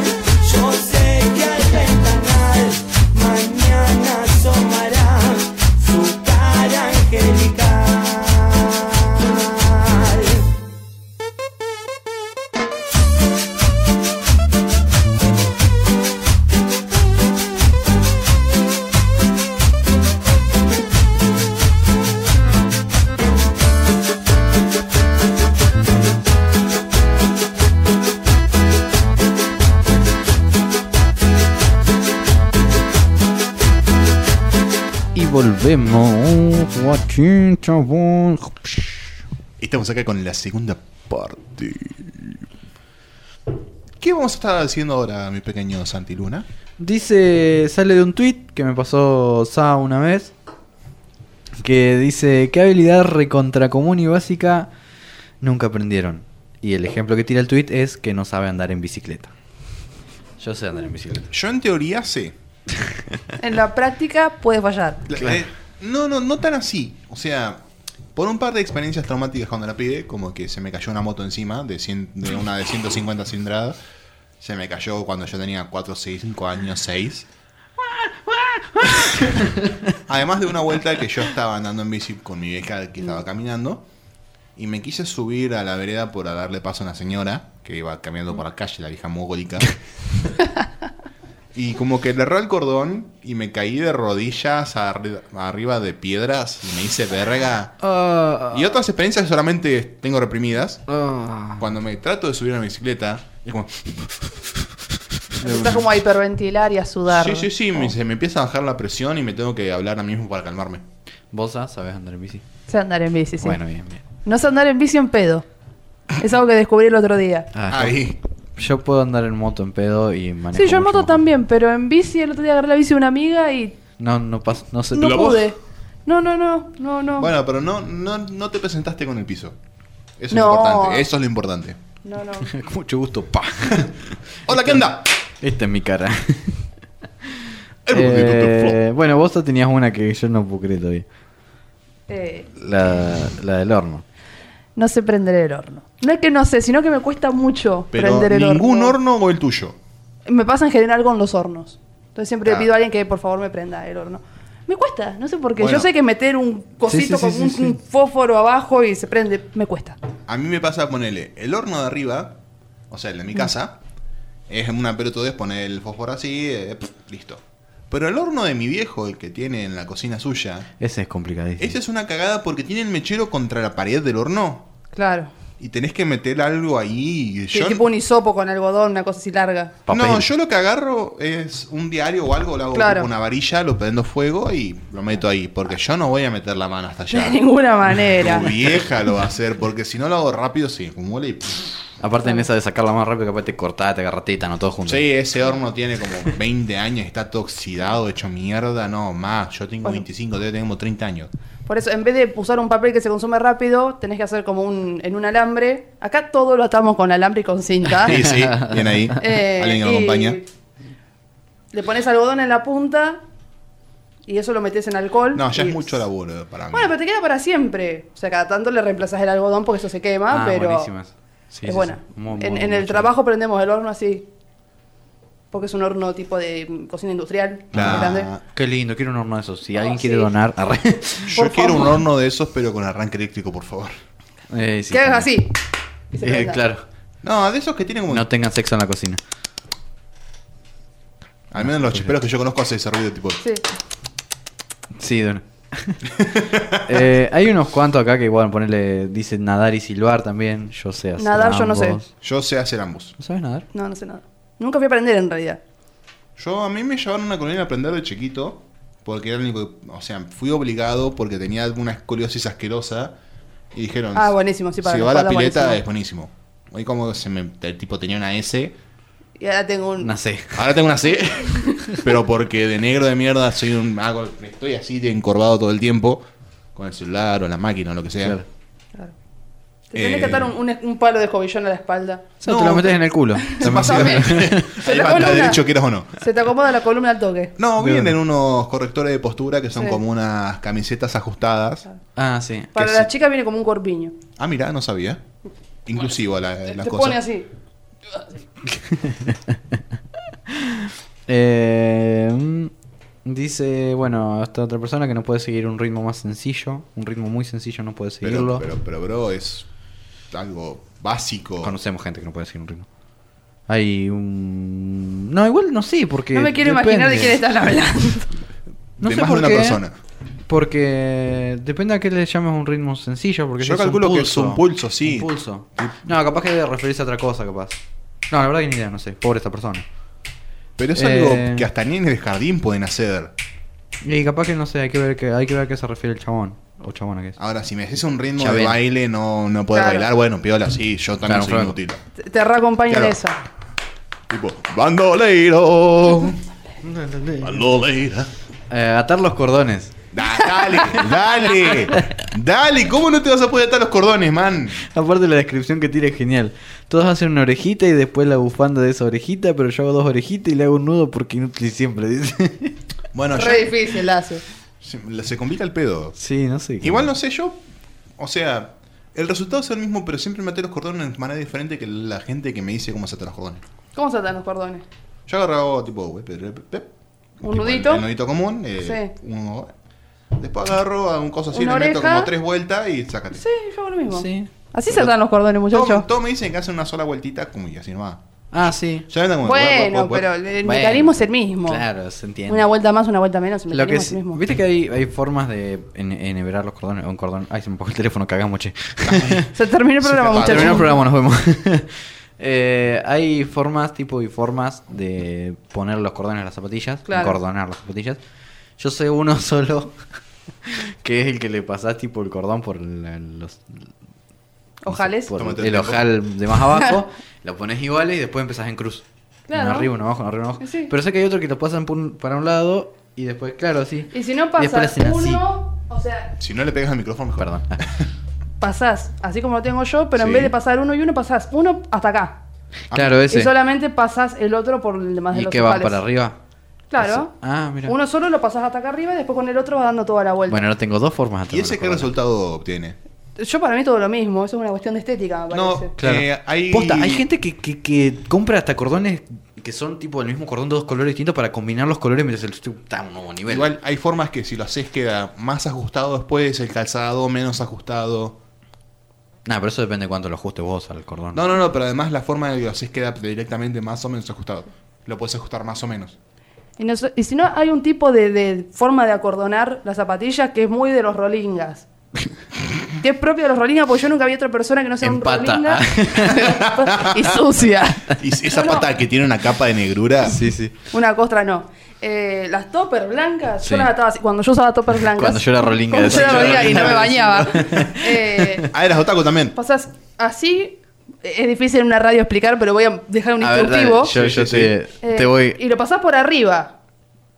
E: yo sé que al ventanal, mañana asomará su cara angelical.
B: Y volvemos. Joaquín Chabón.
C: Estamos acá con la segunda parte. ¿Qué vamos a estar haciendo ahora, mi pequeño Santi Luna?
B: Dice, sale de un tweet que me pasó Sa una vez. Que dice, ¿qué habilidad recontra común y básica nunca aprendieron? Y el ejemplo que tira el tweet es que no sabe andar en bicicleta. Yo sé andar en bicicleta.
C: Yo en teoría sé.
D: En la práctica puedes fallar.
C: La-
B: Claro.
C: eh, no, no, no tan así. O sea, por un par de experiencias traumáticas cuando la pide, como que se me cayó una moto encima de, cien- de una de 150 cilindradas. Se me cayó cuando yo tenía 4, 6, 5 años, 6. Además de una vuelta que yo estaba andando en bici con mi vieja que estaba caminando. Y me quise subir a la vereda por a darle paso a una señora que iba caminando por la calle, la vieja mogólica. Y como que le erró el cordón y me caí de rodillas arri- arriba de piedras y me hice verga.
D: Oh.
C: Y otras experiencias que solamente tengo reprimidas.
D: Ah.
C: Cuando me trato de subir a la bicicleta, es como...
D: Estás como a hiperventilar y a sudar.
C: Sí, sí, sí,
B: Oh.
C: me- se me empieza a bajar la presión y me tengo que hablar a mí mismo para calmarme.
B: ¿Vos Sa, sabés andar en bici?
D: Sé andar en bici, sí.
B: Bueno, bien, bien.
D: No sé andar en bici en pedo. Es algo que descubrí el otro día.
B: Ah,
C: Ahí.
B: Yo puedo andar en moto en pedo y manejo.
D: Sí, yo en
B: mucho
D: moto
B: mejor.
D: también, pero en bici el otro día agarré la bici de una amiga y
B: No, no pasa, no se
D: no
C: ¿La voz?
D: pude. No, no, no, no, no.
C: Bueno, pero no, no, no te presentaste con el piso. Eso
D: No.
C: es importante, eso es lo importante.
D: No, no.
B: Con mucho gusto, pa.
C: Hola, ¿qué onda?
B: Esta Este es mi cara. Eh, bueno, vos tenías una que yo no puedo creer todavía.
D: Eh,
B: La, la del horno.
D: no sé prender el horno. No es que no sé, sino que me cuesta mucho
C: Pero
D: prender el
C: ningún horno o el tuyo.
D: Me pasa en general con los hornos. Entonces siempre
C: Ah.
D: le pido a alguien que por favor me prenda el horno. Me cuesta, no sé por qué.
C: Bueno.
D: Yo sé que meter un cosito
B: sí,
D: con
B: sí,
D: un,
B: sí,
D: un
B: sí.
D: fósforo abajo y se prende, me cuesta.
C: A mí me pasa ponerle el horno de arriba, o sea, el
D: Mm.
C: de mi casa, es una pelotudez poner el fósforo así, eh, pf, listo. Pero el horno de mi viejo, el que tiene en la cocina suya,
B: Ese es complicadísimo.
C: esa es una cagada porque tiene el mechero contra la pared del horno.
D: Claro.
C: Y tenés que meter algo ahí. y
D: Que
C: Yo,
D: tipo un hisopo con algodón, una cosa así larga.
B: Papel.
C: no, yo lo que agarro es un diario o algo, lo hago
D: Claro.
C: con una varilla, lo prendo fuego y lo meto ahí. Porque yo no voy a meter la mano hasta allá.
D: De ninguna manera.
C: Tu vieja lo va a hacer, porque si no lo hago rápido se acumula y... pf,
B: Aparte en esa de sacarla más rápido, capaz te cortás, te agarratita, no todo junto.
C: Sí, ese horno tiene como 20 años, está todo oxidado, hecho mierda, no, más. Yo tengo
D: Bueno.
C: 25, yo tengo 30 años.
D: Por eso, en vez de usar un papel que se consume rápido, tenés que hacer como un, en un alambre. Acá todo lo atamos con alambre y con cinta.
C: Sí, sí, bien ahí.
D: Ah. Eh,
C: Alguien que lo
D: y
C: acompaña.
D: Le pones algodón en la punta y eso lo metes en alcohol.
C: No, ya
D: y-
C: es mucho laburo para mí.
D: Bueno, pero te queda para siempre. O sea, cada tanto le reemplazas el algodón porque eso se quema,
B: Ah,
D: pero.
B: buenísimas. Sí, sí,
D: es buena.
B: sí. Muy, muy,
D: en
B: muy
D: en el
B: buena.
D: trabajo prendemos el horno así. Porque es un horno tipo de mm, cocina industrial.
C: Nah.
D: grande.
B: Qué lindo, quiero un horno de esos. Si
D: Oh,
B: alguien quiere
D: sí.
B: donar, arre.
C: Yo
D: por
C: quiero un
D: favor.
C: horno de esos, pero con arranque eléctrico, por favor.
B: Eh, sí,
D: que hagas
B: también.
D: así. y se
B: Eh,
D: prenda.
B: claro.
C: No, de esos que tienen como...
B: No tengan sexo en la cocina.
C: Al menos los chiperos que yo conozco hacen ese ruido tipo...
D: Sí.
B: Sí, don. Eh, hay unos cuantos acá que igual ponerle. Dicen nadar y silbar también. Yo sé hacer.
D: Nadar yo no sé.
B: ambos.
C: Yo sé hacer ambos.
B: ¿No sabes nadar?
D: No, no sé nada. Nunca fui a aprender en realidad.
C: Yo a mí me llevaron a una colonia a aprender de chiquito. Porque era el único. O sea, fui obligado porque tenía alguna escoliosis asquerosa. Y dijeron.
D: Ah, buenísimo, sí, para
C: Si
D: la
C: va a la
D: espalda,
C: pileta
D: buenísimo".
C: es buenísimo. Hoy como se me. El tipo tenía una S.
D: Y ahora tengo un.
B: No sé.
C: Ahora tengo una C. pero porque de negro de mierda soy un. hago- estoy así de encorvado todo el tiempo. Con el celular o la máquina o lo que sea.
B: Claro.
D: Te tenés que
C: Eh.
D: atar un, un- un palo de escobillón a la espalda.
B: O sea, te lo metes en el culo.
C: Básicamente. Ahí va, está
D: la columna.
C: derecho, quieras o no.
D: Se te acomoda la columna al toque.
C: No,
B: De
C: vienen
B: verdad.
C: unos correctores de postura que son
D: Sí.
C: como unas camisetas ajustadas.
B: Ah, sí.
D: Para
C: Que
D: las
C: sí.
D: chicas viene como un corpiño.
C: Ah, mirá, no sabía. Inclusivo la,
D: Te,
C: las
D: te
C: cosas.
D: pone así.
B: Eh, mm, dice, bueno, hasta otra persona que no puede seguir un ritmo más sencillo. Un ritmo muy sencillo no puede seguirlo.
C: pero, pero, pero, bro, es algo básico.
B: Conocemos gente que no puede seguir un ritmo. Hay un... No, igual no sé, porque...
D: No me quiero imaginar de quién
B: depende.
D: están hablando.
B: No
C: de
B: sé
C: más
B: por
C: de una
B: qué,
C: persona.
B: Porque depende a qué le llamas un ritmo sencillo. Porque
C: Yo
B: si es un
C: calculo que
B: pulso,
C: es un pulso, sí.
B: Un pulso. No, capaz que debe referirse a otra cosa, capaz. No, la verdad que ni idea, no sé. Pobre esta persona.
C: Pero es
B: Eh.
C: algo que hasta nenes de jardín pueden hacer.
B: Y capaz que no sé, hay que ver que, hay que ver a qué se refiere el chabón. O chabona que es.
C: Ahora, si me haces un ritmo
B: Ya
C: de
B: ven.
C: baile, no, no puedo
D: Claro.
C: bailar. Bueno, piola, sí, yo también
B: Claro,
C: soy
B: claro.
C: inútil.
D: Te, te reacompaña
C: Claro.
D: en esa.
C: Tipo, bandoleiro. Bandoleira.
B: Eh, atar los cordones.
C: Da- dale, dale, dale. ¿Cómo no te vas a poder atar los cordones, man?
B: Aparte la descripción que tira es genial. Todos hacen una orejita y después la bufanda de esa orejita, pero yo hago dos orejitas y le hago un nudo porque inútil siempre, dice.
C: Bueno, yo-
D: Re difícil, Lazo.
C: se, se complica el pedo.
B: sí, no sé.
C: Igual no sé, yo. O sea, el resultado es el mismo, pero siempre me até los cordones de manera diferente que la gente que me dice cómo se atan los cordones.
D: ¿Cómo se atan los cordones?
C: Yo agarro tipo. we- pe- pe- pe-
D: Un
C: tipo,
D: nudito.
C: El, el nudito común. eh, uno- después agarro a un coso así,
D: Una
C: le meto
D: oreja.
C: como tres vueltas y sácate.
D: Sí, yo hago lo mismo.
B: Sí.
D: Así se atan los cordones,
C: Todo-
D: muchachos.
C: todo me dicen que hacen una sola vueltita, como y así nomás.
B: Ah, sí.
C: Ya andan como, guap,
D: Bueno,
C: guap, guap,
D: pero
C: guap.
D: el
B: pues. Bueno,
D: mecanismo es el mismo.
B: Claro, se entiende.
D: Una vuelta más, una vuelta menos. El
B: Lo que
D: mecanismo es,
B: es-
D: el mismo.
B: Viste que hay, hay formas de en- enhebrar los cordones. Un cordón. Ay, se me apagó el teléfono, cagamos, che.
D: Se terminó el
C: Se
D: programa,
C: acabó.
D: muchachos.
B: Terminó el programa, nos vemos. Eh, hay formas, tipo y formas de poner los cordones en las zapatillas,
D: Claro.
B: cordonar las zapatillas. Yo sé uno solo, que es el que le pasás tipo el cordón por la- los...
D: Ojales.
B: por
C: Tómate el
B: el
C: tiempo.
B: ojal de más abajo, lo pones igual y después empezás en cruz.
D: Claro.
B: Uno arriba, uno abajo, uno arriba, uno abajo.
D: Sí.
B: Pero sé que hay otro que lo pasan por un- para un lado y después, claro, así.
D: Y si no
B: después
D: pasas
B: hacen así.
D: uno, o sea,
C: Si no le pegas al micrófono, mejor.
B: Perdón.
D: pasás, así como lo tengo yo, pero en
C: Sí.
D: vez de pasar uno y uno, pasás uno hasta acá.
B: claro, ese.
D: Y solamente pasás el otro por el demás de
B: ¿Y
D: los
B: que va
D: ojales.
B: para arriba?
D: Claro.
B: Ah, mira.
D: Uno solo lo pasás hasta acá arriba y después con el otro vas dando toda la vuelta.
B: Bueno, no tengo dos formas de
C: ¿Y ese
B: atarme
C: qué
B: los cordones.
C: resultado obtiene?
D: Yo para mí todo lo mismo, eso es una cuestión de estética, me parece.
C: No,
B: Claro.
C: eh, hay...
B: Posta, hay gente que, que- que compra hasta cordones que son tipo el mismo cordón de dos colores distintos para combinar los colores mientras el tipo está a un nuevo nivel.
C: Igual hay formas que si lo haces queda más ajustado después, el calzado menos ajustado.
B: Nah, pero eso depende de cuánto lo ajustes vos al cordón.
C: No, no, no, pero además la forma de que lo haces queda directamente más o menos ajustado. Lo puedes ajustar más o menos.
D: Y, no so- y si no, hay un tipo de, de forma de acordonar las zapatillas que es muy de los rolingas. que es propio de los rolingas, porque yo nunca vi otra persona que no sea
B: En pata.
D: un rolinga. y sucia.
C: Y esa pata que tiene una capa de negrura.
B: Sí, sí.
D: Una costra no. Eh, las toppers blancas, yo
B: Sí.
D: las ataba así. Cuando yo usaba toppers blancas.
B: Cuando yo era rolinga,
D: Cuando yo
B: decía.
D: era rolinga y no me
B: Rolinga,
D: bañaba. eh,
C: Ah, eras otaku también.
D: pasas así. Es difícil en una radio explicar, pero voy a dejar un
B: A ver, dale,
D: instructivo.
B: yo,
C: Sí,
B: yo
C: sí,
B: te,
D: Eh,
B: te voy.
D: Y lo pasás por arriba.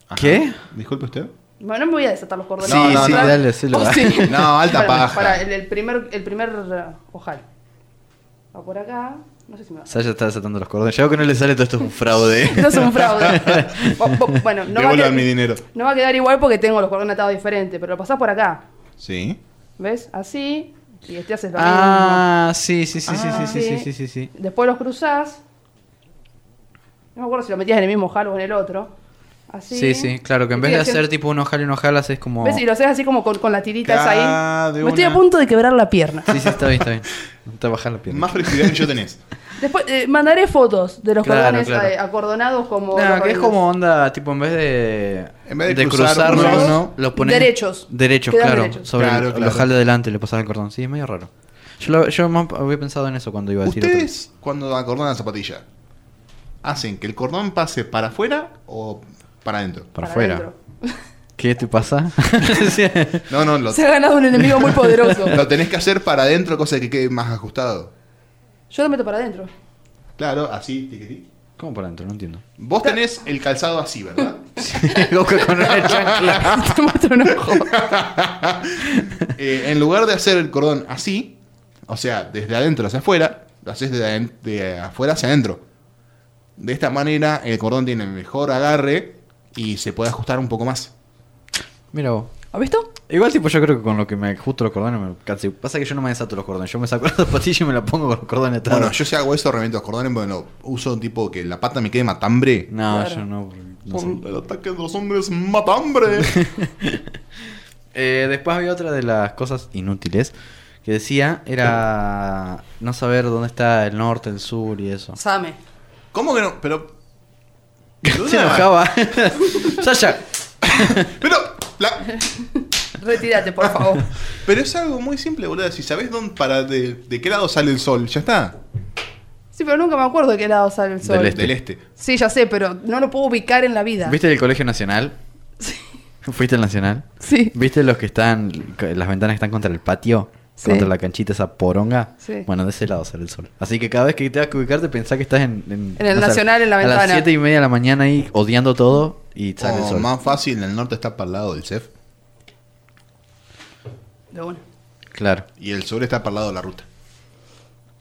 C: Ajá.
B: ¿Qué?
C: Disculpe usted.
D: Bueno, no me voy a desatar los cordones.
B: Sí,
D: No, no,
B: sí,
D: no.
B: dale, sí lo
D: Oh,
B: da.
C: No, alta
D: Pará,
C: paja.
D: pará, el, el primer, el primer eh, ojal. Va por acá. No sé si me va.
B: Saya está desatando los cordones. Ya veo que no le sale todo esto es un fraude.
D: Esto es un fraude. Bo- bo- bueno, no va, a
C: Devuelvan
D: quedar,
C: mi dinero.
D: no va a quedar igual porque tengo los cordones atados diferentes, pero lo pasás por acá.
C: Sí.
D: ¿Ves? Así. Y este haces lo
B: ah, sí, sí, sí, sí,
D: mismo.
B: sí, sí, sí, sí, sí, sí.
D: Después los cruzás. No me acuerdo si lo metías en el mismo ojal o en el otro. Así.
B: Sí, sí, claro, que en
D: Estoy
B: vez de
D: haciendo-
B: hacer tipo un ojal y un ojal, haces como.
D: ¿Ves? Y
B: Sí,
D: lo haces así como con, con la tirita esa
C: Ah,
D: ahí.
C: de
D: Me estoy a
C: una.
D: punto de quebrar la pierna.
B: sí, está bien, está bien. Te bajas la pierna.
C: Más flexibilidad que yo tenés.
D: Después eh, mandaré fotos de los
B: Claro,
D: cordones
B: claro.
D: eh, acordonados como.
B: Nah,
D: los
B: que es
D: reines.
B: como onda, tipo, en vez de,
C: En vez de cruzar
B: cruzarlos,
C: uno y uno,
B: los pones-
D: derechos.
B: Derechos,
D: Quedan
B: claro.
D: derechos.
B: Sobre
C: Claro,
B: el-
C: claro.
B: Lo jala adelante, le pasas el cordón. Sí, es medio raro. Yo, lo- yo más había pensado en eso cuando iba a decir otra vez.
C: ¿Ustedes cuando acordan la zapatilla? ¿Hacen que el cordón pase para afuera o para adentro?
B: Para
D: Para
B: afuera.
D: adentro.
B: ¿Qué te pasa? Sí.
C: No, no, lo,
D: Se ha ganado un enemigo muy poderoso.
C: lo tenés que hacer para adentro, cosa que quede más ajustado.
D: Yo lo meto para adentro.
C: Claro, así, tiquití.
B: ¿Cómo para adentro? No entiendo.
C: Vos tenés el calzado así, ¿verdad?
B: Goku con una chancla.
D: Te muestro un ojo.
C: Eh, en lugar de hacer el cordón así, o sea, desde adentro hacia afuera, lo haces de, aden- de afuera hacia adentro. De esta manera, el cordón tiene mejor agarre y se puede ajustar un poco más.
B: Mira vos.
D: ¿Has visto?
B: Igual, tipo, yo creo que con lo que me ajusto los cordones me casi. Pasa que yo no me desato los cordones. Yo me saco la zapatilla y me la pongo con los cordones atados.
C: Bueno, yo si hago eso, reviento los cordones, bueno, uso un tipo que la pata me quede matambre.
B: No,
D: Claro.
B: yo no. no sé.
C: Con el ataque de los hombres matambre.
B: Eh, después había otra de las cosas inútiles que decía era no saber dónde está el norte, el sur y eso.
D: Same.
C: ¿Cómo que no? Pero.
B: Se enojaba. Sasha.
C: Pero. la-
D: Retírate, por favor.
C: Pero es algo muy simple, boludo. Si sabés dónde, para de, de qué lado sale el sol, ya está.
D: Sí, pero nunca me acuerdo de qué lado sale el sol.
B: Del este.
C: Del este.
D: Sí, ya sé, pero no lo puedo ubicar en la vida.
B: ¿Viste el Colegio Nacional? ¿Fuiste al Nacional?
D: Sí.
B: ¿Viste los que están, las ventanas que están contra el patio?
D: Sí.
B: Contra la canchita esa poronga.
D: Sí.
B: Bueno, de ese lado sale el sol. Así que cada vez que tengas que ubicarte, pensá que estás en...
D: En el Nacional, en la
B: A las
D: ventana.
B: 7 y media de la mañana ahí odiando todo y sale el
C: O
B: sol.
C: Oh, más fácil, el norte está para el lado del E CEF
D: De una.
B: Claro.
C: y el sur está para el lado de la ruta.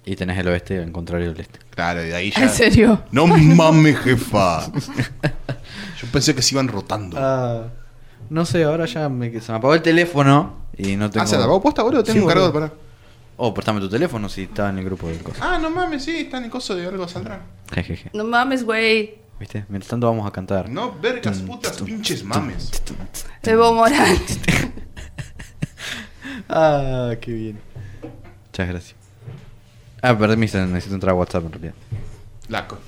B: Y tenés el oeste en contrario del este.
C: Claro, y de ahí ya.
D: ¿En serio?
C: No mames, jefa. Yo pensé que se iban rotando.
B: Ah, no sé, ahora ya me, se me apagó el teléfono y no tengo...
C: ah, se la posta, boludo. Tengo
B: Sí,
C: un cargador,
B: boludo.
C: pará.
B: Oh, préstame tu teléfono si estaba en el grupo del coso.
C: Ah, no mames, sí, están en coso de algo saldrán.
B: Jejeje.
D: No mames, güey.
B: ¿Viste? Mientras tanto vamos a cantar.
C: No, vergas, putas, pinches mames.
D: Evo Morales.
B: Ah, qué bien. Muchas gracias. Ah, permiso, necesito entrar a WhatsApp en realidad.
C: La co-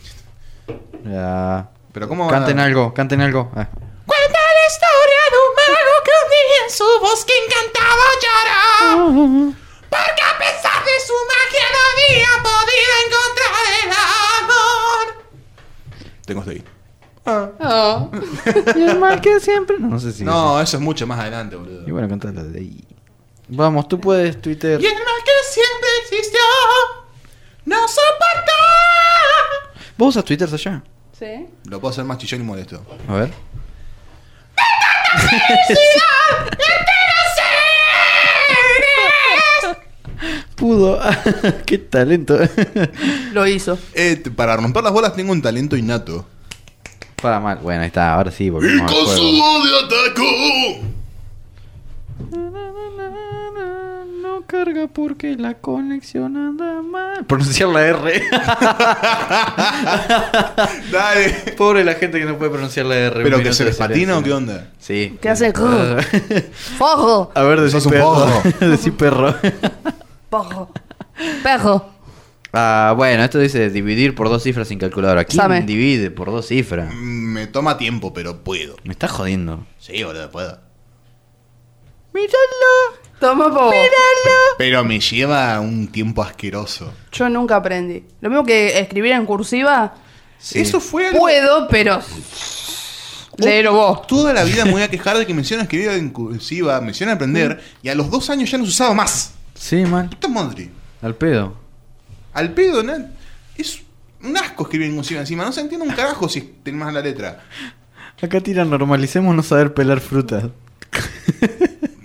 B: Ya.
C: Pero cómo van a-
B: Canten algo, canten algo. Ah.
F: Cuenta la historia de un mago que un día en su bosque encantado lloró. Porque a pesar de su magia no había podido encontrar el amor.
C: Tengo este ahí.
D: Oh.
B: Y el mal que siempre. No, no sé si.
C: No, eso es mucho más adelante,
B: Y
C: boludo.
B: bueno, cantala de ahí. Vamos, tú puedes Twitter.
F: Y el mal que siempre existió no soportó.
B: ¿Vos usas Twitter allá?
D: ¿Sí?
C: Lo puedo hacer más chillón y molesto.
B: A ver. Pudo. qué talento.
D: Lo hizo.
C: Eh, t- para romper las bolas tengo un talento innato.
B: Para mal. Bueno, ahí está. Ahora sí, volvemos al juego.
C: de ataco!
B: No carga porque la conexión anda mal. Pronunciar la R.
C: Dale.
B: Pobre la gente que no puede pronunciar la R. un
C: ¿Pero que
B: minuto
C: se
B: de
C: les patina
B: silencio.
C: o qué onda?
B: Sí.
D: ¿Qué hace? Fojo.
B: A ver, decí
C: Sos un
B: perro.
C: poco.
B: decí perro.
D: Pojo. Pejo.
B: Ah, bueno, esto dice dividir por dos cifras sin calculadora. ¿Quién
D: Same.
B: divide por dos cifras?
C: Mm, Me toma tiempo, pero puedo.
B: Me estás jodiendo.
C: Sí, boludo, puedo.
D: Míralo. Toma po.
C: Pero me lleva un tiempo asqueroso.
D: Yo nunca aprendí. Lo mismo que escribir en cursiva.
C: Eso fue algo...
D: Puedo, pero. Leero vos.
C: Toda la vida me voy a quejar de que mencionan escribir en cursiva, mencionan aprender, y a los dos años ya no se usaba más.
B: Sí, man.
C: Puta madre.
B: Al pedo.
C: Al pedo, ¿no? Es un asco escribir en cursiva encima. No se entiende un carajo si tenés más la letra.
B: Acá tira, normalicemos no saber pelar frutas.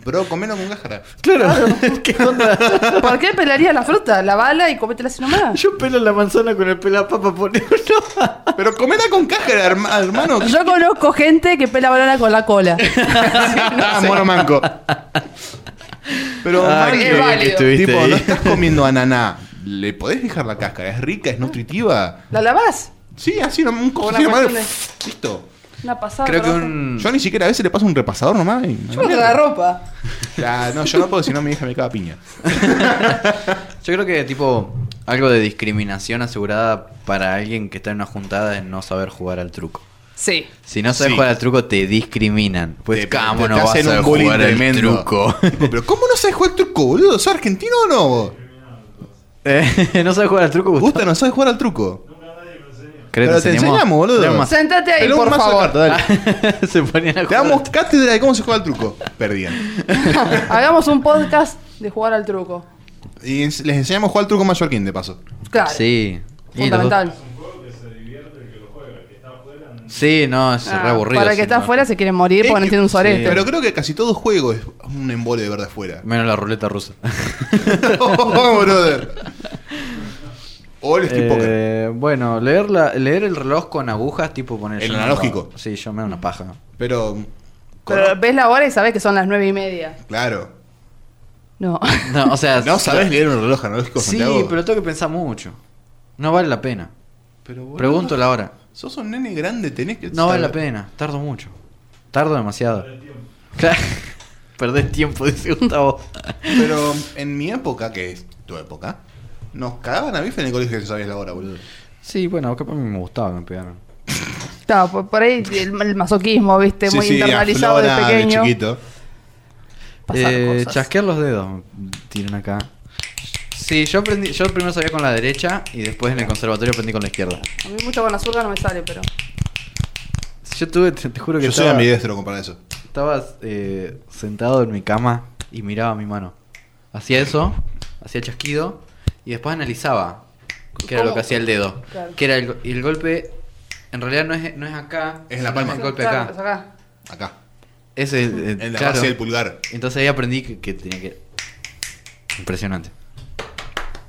C: Bro, comelo con gájara.
B: Claro. ¿Qué onda?
D: ¿Por qué pelarías la fruta? La bala y cométela así nomás.
B: Yo pelo la manzana con el pelapapa, pone uno.
C: Pero comela con cájara, herma- hermano.
D: Yo conozco gente que pela banana con la cola.
C: Ah, mono manco. Pero,
B: Ah,
C: Mario,
D: qué bien que
B: estuviste
C: tipo,
B: ahí.
C: no estás comiendo ananá. ¿Le podés dejar la cáscara? ¿Es rica? ¿Es nutritiva?
D: ¿La lavás?
C: Sí, así, no, un
D: Con
C: coche
D: la
C: madre.
D: cuestión
C: Listo.
D: Una pasada.
B: Creo que
D: por abajo.
B: un.
C: Yo ni siquiera a veces le paso un repasador nomás. y-
D: Yo contra la ropa.
C: Ah, no, yo no puedo, si no mi hija me caga piña.
B: Yo creo que, tipo, Algo de discriminación asegurada para alguien que está en una juntada de no saber jugar al truco.
D: Sí.
B: Si no sabes
C: Sí.
B: jugar al truco, te discriminan. Pues,
C: Te-
B: ¿cómo
C: te
B: no vas a
C: hacen un
B: saber
C: bullying
B: jugar al
C: tremendo.
B: truco?
C: Pero ¿cómo no sabes jugar al truco, boludo? ¿Sos argentino o no? vos?
B: Eh, ¿No sabes jugar al truco, Gustavo?
C: Gusta, no sabes jugar al truco.
B: ¿Crees que
C: Pero te enseñamos, boludo.
B: Tenemos-
D: Sentate ahí,
C: Pelón,
D: por
C: mazo de
D: favor.
C: cartas, dale.
B: Se ponían a
C: Te
B: jugar.
C: damos cátedra de cómo se juega al truco. Perdían.
D: Hagamos un podcast de jugar al truco.
C: Y ens- les enseñamos a jugar al truco mallorquín, de paso.
D: Claro.
B: Sí. Y los dos-
D: Fundamental.
B: Sí, no, es
D: Ah,
B: re aburrido.
D: para el
B: si
D: que está
B: no.
D: afuera se quiere morir porque no
C: Es que-
D: tiene un sorete.
B: sí.
C: Pero creo que casi todo juego es un embole de verdad afuera.
B: Menos la ruleta rusa.
C: Oh, brother. O el Steve Poker.
B: Eh, bueno, leer, la- leer el reloj con agujas, tipo poner.
C: El
B: yo me-
C: analógico.
B: sí, yo me da una paja.
C: Pero.
D: Pero ves la hora y sabes que son las nueve y media.
C: Claro.
D: No.
B: No, o sea.
C: No sabes leer un reloj analógico,
B: Sí,
C: Santiago?
B: pero tengo que pensar mucho. No vale la pena.
C: Pero, boludo,
B: Pregunto la hora.
C: Sos un nene grande, tenés que.
B: No vale la
C: saber.
B: pena, tardo mucho. Tardo demasiado. Claro. Perdés tiempo, dice Gustavo.
C: Pero en mi época, que es tu época, nos cagaban a bife en el colegio que no sabías la hora, boludo.
B: Sí, bueno, capaz a mí me gustaba, me pegaron.
D: No, por, por ahí el, el masoquismo, viste, muy internalizado
C: aflora
D: de pequeño.
C: chiquito.
D: Pasaron
B: Eh,
D: cosas.
B: chasquear los dedos, tiran acá. Sí, yo aprendí, yo primero sabía con la derecha y después en el conservatorio aprendí con la izquierda.
D: A mí mucho con la zurda no me sale, pero.
B: Yo tuve, te, te juro que
C: Yo soy
B: estaba,
C: ambidestro comparado a eso.
B: estaba, eh, sentado en mi cama y miraba mi mano. Hacía eso, hacía el chasquido y después analizaba qué era lo
D: ¿Cómo?
B: que hacía el dedo.
D: Claro.
B: Que era el, go- y el golpe, en realidad no es, no es acá.
C: Es en la
B: sino
C: palma.
B: el golpe
D: Claro,
B: acá.
D: es acá.
C: Acá.
B: Es el, eh,
C: En la
B: claro.
C: base del pulgar.
B: Entonces ahí aprendí que, que tenía que. Impresionante.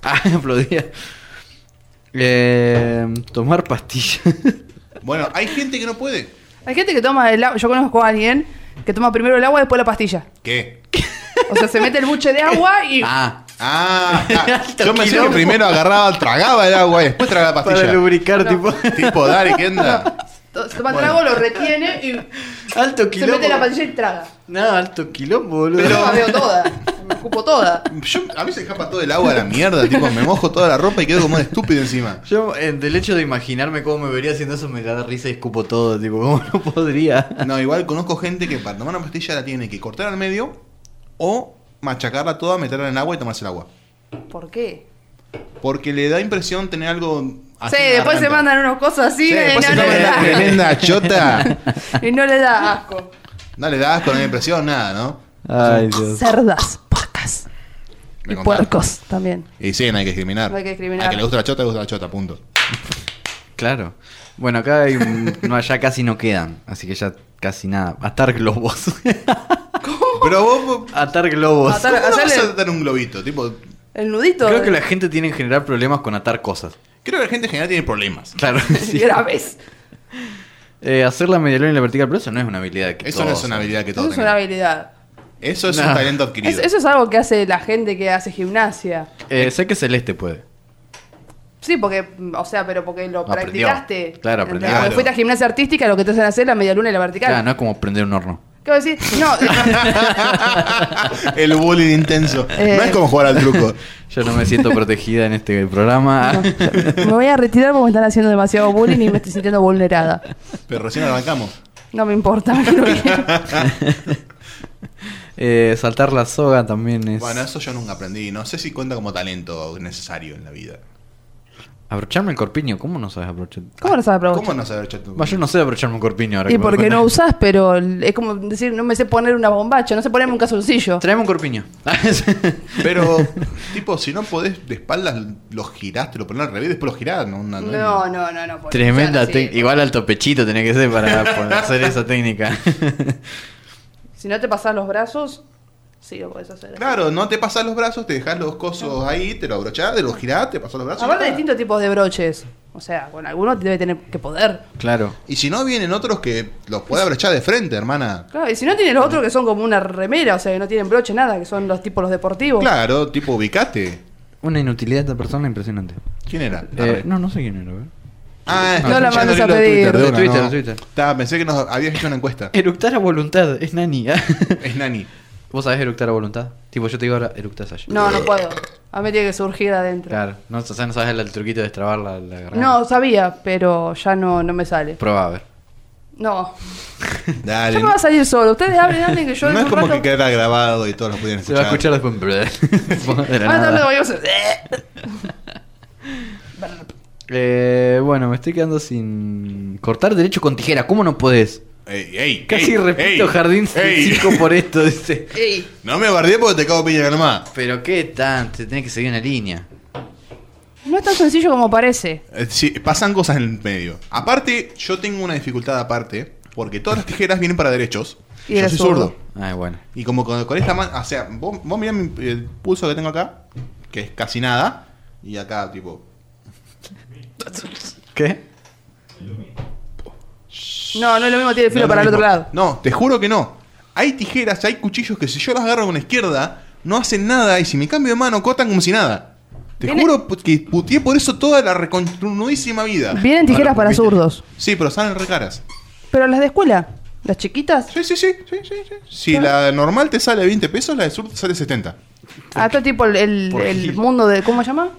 B: Ah, aplaudía. Eh, tomar pastillas.
C: Bueno, hay gente que no puede.
D: Hay gente que toma el agua. Yo conozco a alguien que toma primero el agua y después la pastilla.
C: ¿Qué?
D: O sea, se mete el buche de agua y.
B: ah,
C: Ah, ah,
B: Alto
C: yo me que
B: quilombo.
C: primero agarraba, tragaba el agua y después tragaba la
B: para
C: pastilla.
B: lubricar,
D: No.
B: tipo.
C: Tipo, dale, ¿qué onda?
D: to- Toma trago, lo retiene y
B: Alto
D: se
B: quilombo.
D: mete la pastilla y traga.
B: No, alto quilombo, boludo.
D: Yo la veo toda. Me ocupo toda.
C: Yo- a mí se escapa todo el agua a la mierda, tipo, me mojo toda la ropa y quedo como un estúpido encima.
B: Yo, en- del hecho de imaginarme cómo me vería haciendo eso, me da risa y escupo todo. Tipo, ¿cómo no podría?
C: No, igual conozco gente que para tomar una pastilla la tiene que cortar al medio o machacarla toda, meterla en agua y tomarse el agua.
D: ¿Por qué?
C: Porque le da impresión tener algo así
D: sí,
C: en la
D: después se
C: garganta.
D: mandan unas cosas así
C: Sí,
D: y,
C: después se
D: no,
C: come
D: le
C: la
D: da,
C: tremenda chota.
D: y no le da asco.
C: No le das con la impresión, nada, ¿no?
B: Ay, Dios.
D: Cerdas, puercas
C: Me
D: y
C: contás.
D: puercos también.
C: Y sí, no hay que discriminar.
D: No hay que discriminar.
C: A que le gusta la chota, le gusta la chota, punto.
B: Claro. Bueno, acá hay un- no, ya casi no quedan. Así que ya casi nada. Atar globos.
C: Pero vos, vos
B: Atar globos.
D: Atar-
C: ¿cómo no vas
D: hacerle-
C: a dar un globito? Tipo,
D: El nudito.
B: Creo que la gente tiene en general problemas con atar cosas.
C: creo que la gente en general tiene problemas.
B: Claro. sí.
D: Graves.
B: Eh, hacer la medialuna y la vertical, pero eso no es una habilidad que
C: Eso no es
B: todos-
C: una habilidad que
D: Eso
C: todos
D: es una
C: tengan.
D: habilidad.
C: Eso es
B: No.
C: un talento
D: Es-
C: adquirido.
D: eso es algo que hace la gente que hace gimnasia.
B: Eh, sé que Celeste puede.
D: Sí, porque, mm, o sea, pero porque lo
B: Aprendió.
D: practicaste.
B: Claro,
D: Entonces,
B: aprendió.
C: Claro.
D: Cuando fuiste a gimnasia artística, lo que te hacen hacer es la medialuna y la vertical.
B: Claro, no es como prender un horno.
D: ¿Qué voy a decir? No,
C: El bullying intenso.
D: Eh.
C: No es como jugar al truco.
B: Yo no me siento protegida en este programa.
D: me voy a retirar porque me están haciendo demasiado bullying y me estoy sintiendo vulnerada.
C: Pero recién arrancamos.
D: No me importa. me lo que-
B: Eh, saltar la soga también es.
C: Bueno, eso yo nunca aprendí. No sé si cuenta como talento necesario en la vida.
B: Abrocharme el corpiño, ¿cómo no sabes abrochar?
D: ¿Cómo lo sabes, Bravo?
C: ¿Cómo no saber echar tu-
B: Bah, yo no sé abrocharme un corpiño ahora.
D: Y
B: que me doy
D: porque
B: cuenta.
D: no usás, pero el- es como decir, no me sé poner una bombacha, no sé ponerme un calzoncillo.
B: Traeme un corpiño. Ah,
C: Pero, tipo, si no podés de espaldas, lo girás, te lo pones al revés, después lo girás. No, Una-
D: No, no, no, no. porque-
B: Tremenda
D: o sea, sí.
B: técnica. Igual alto pechito tenía que ser para poder hacer esa técnica.
D: Si no te pasás los brazos, sí lo podés hacer.
C: Claro, no te pasás los brazos, te dejás los cosos ahí, te lo abrochás, te lo girás, te pasás los brazos. y
D: Aparte de
C: está.
D: distintos tipos de broches. O sea, con alguno debe tener que poder.
B: claro.
C: Y si no, vienen otros que los puede abrochar de frente, hermana.
D: Claro, y si no tiene los otros que son como una remera, o sea, que no tienen broche, nada, que son los tipos los deportivos.
C: Claro, tipo, ubicate.
B: Una inutilidad de esta persona impresionante.
C: ¿Quién era?
B: Eh,
C: Arre.
B: no, no sé quién era. ¿eh?
C: Ah,
D: No la
C: ya
D: mandes
C: leí
D: a
C: lo de Twitter,
D: pedir.
C: de
B: De
C: una,
B: Twitter, de
C: no.
B: Twitter.
C: Ta, pensé que nos habías hecho una encuesta.
B: Eructar a voluntad, es nani. ¿ah?
C: Es Nani.
B: ¿Vos sabés eructar a voluntad? Tipo, yo te digo ahora, eructás allá.
D: No, no puedo. A mí tiene que surgir adentro.
B: Claro, no, o sea, no sabes el, el truquito de destrabar la, la garganta.
D: No, sabía, pero ya no, no me sale.
B: Probá, a ver.
D: No.
C: Dale.
D: Ya me va a salir solo. Ustedes hablen, hablen que yo
C: No
D: en
C: es
D: un
C: como que
D: rato-
C: queda grabado y todos lo pudieran
B: Se va a
C: escuchar.
B: escuchar después. De la
D: Ah, no,
B: nada.
D: no, voy a hacer-
B: Eh, bueno, me estoy quedando sin. Cortar derecho con tijera, ¿cómo no podés?
C: Ey, ey,
B: Casi
C: ey,
B: repito
C: ey,
B: jardín
C: ey.
B: 5 por esto, dice.
D: "Eh, Ey,
C: No me guardé porque te cago piña nomás.
B: Pero qué tan, te tenés que seguir una línea.
D: no es tan sencillo como parece.
C: Eh, Sí, pasan cosas en el medio. Aparte, yo tengo una dificultad aparte, porque todas las tijeras vienen para derechos.
D: Y
C: yo
D: eres
C: soy
D: zurdo.
C: zurdo.
B: Ay, bueno.
C: Y como con, con esta mano, o sea, vos, vos mirá mi el pulso que tengo acá, que es casi nada, y acá tipo...
B: ¿Qué?
D: No, no es lo mismo, tiene el filo
C: no,
D: para
C: no,
D: el otro
C: no.
D: lado.
C: No, te juro que no. Hay tijeras, hay cuchillos que si yo las agarro con la izquierda, no hacen nada, y si me cambio de mano, cortan como si nada. Te
D: Viene-
C: juro pu- que puteé por eso toda la reconstruidísima vida.
D: Vienen tijeras para zurdos.
C: Sí, pero salen re caras.
D: Pero las de escuela, las chiquitas,
C: Sí, sí, sí, sí, sí, sí. Si la normal te sale 20 pesos, la de sur te sale 70.
D: a todo tipo el, el-
C: ¿Por qué?
D: el mundo de. ¿Cómo se llama?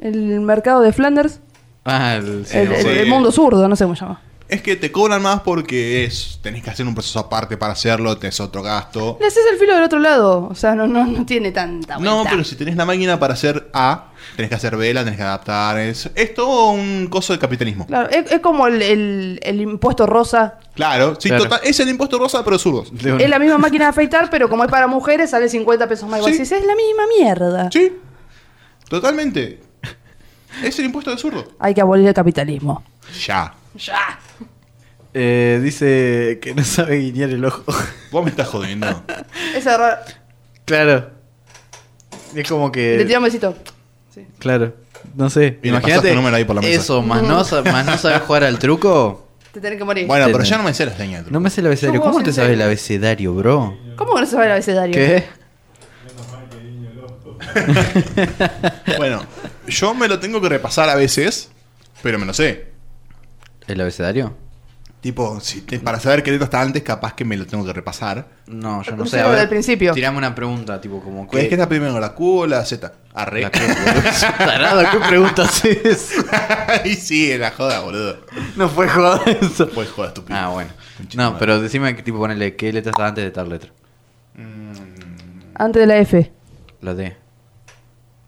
D: El mercado de Flanders.
B: Ah, el, sí,
D: el,
B: no,
D: el-
B: sí.
D: el mundo zurdo, no sé cómo se llama.
C: Es que te cobran más porque es, tenés que hacer un proceso aparte para hacerlo, tenés otro gasto.
D: Le haces el filo del otro lado. O sea, no, no, no tiene tanta vuelta.
C: No, pero si tenés la máquina para hacer A, tenés que hacer B, la tenés que adaptar. Es, es todo un coso de capitalismo.
D: Claro, es, es como el, el- el impuesto rosa.
C: Claro, sí,
B: Claro.
C: total, es el impuesto rosa, pero zurdos.
B: De una-
D: Es la misma máquina de afeitar, pero como es para mujeres, sale 50 pesos más. Igual
C: Sí.
D: es la misma mierda.
C: Sí, totalmente. Es el impuesto de zurdo.
D: Hay que abolir el capitalismo.
C: Ya.
D: ¡Ya!
B: Eh, dice que no sabe guiñar el ojo.
C: Vos me estás jodiendo.
D: Es error.
B: claro. Es como
C: Eh.
D: Le tira
B: que.
D: un besito.
B: Claro. No sé.
C: Y le pasaste el número ahí por la mesa.
B: Eso, más no, sa- más no sabes jugar al truco.
D: Te tenés que morir.
C: Bueno, pero
B: Entendé.
C: ya no me sé las señas.
B: Este No me sé el abecedario.
D: Yo juego
B: ¿Cómo te
D: sin
B: sabes el
D: serio.
B: abecedario, bro?
D: ¿Cómo que no se va el abecedario?
B: ¿Qué?
C: Bueno, yo me lo tengo que repasar a veces, pero me lo sé.
B: ¿El abecedario?
C: Tipo, si te- para saber qué letra está antes, capaz que me lo tengo que repasar.
B: No, yo no
D: Pero
B: sé. A
D: sí, lo
B: ver,
D: del principio.
B: Tirame una pregunta, tipo, como
C: ¿Qué?
B: que.
C: Pues ¿Es que está primero la Q o la Z? Arre.
B: La pregunta, tarado, ¿qué preguntas es?
C: y sí, la joda, boludo.
B: No fue joda eso.
C: Pues joda, estúpido.
B: Ah, bueno.
C: Conchita
B: No,
C: madre.
B: pero decime que tipo ponele qué letra está antes de tal letra.
D: Antes de la F.
B: La D.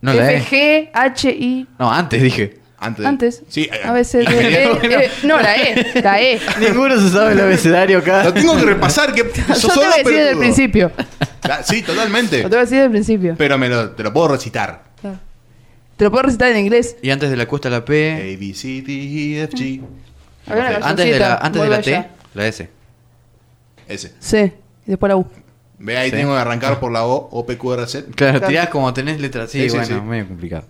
B: No, la
D: F,
B: E.
D: G, H, I.
B: No, antes dije.
C: Antes.
D: Antes.
C: Sí, eh,
D: A veces.
C: la
D: eh,
C: quería-
D: eh, eh, no, la E. La E.
B: Ninguno se sabe el abecedario
C: Lo
B: acá.
C: tengo que repasar. Que
D: Yo te voy a decir desde el principio. Yo
C: Ah, Sí,
D: te
C: totalmente.
D: voy a decir desde el principio.
C: Pero me lo, te lo puedo recitar.
D: Te lo puedo recitar en inglés.
B: Y antes de la cuesta la
D: Eh.
C: A,
B: P.
C: B, C, D, E, F,
D: Mm.
C: G. ah,
D: Había una
B: Antes de la,
D: cancioncita
B: antes
D: muy
B: de la
D: bella.
B: T, la S.
C: Ese.
D: Sí. Y después la U.
C: Ve ahí,
B: Sí.
C: tengo que arrancar por la O, O, P, Q, R, Z.
B: Claro,
D: Claro.
B: tirás como tenés letras. Sí,
C: Sí, sí,
B: bueno,
C: sí.
B: medio complicado.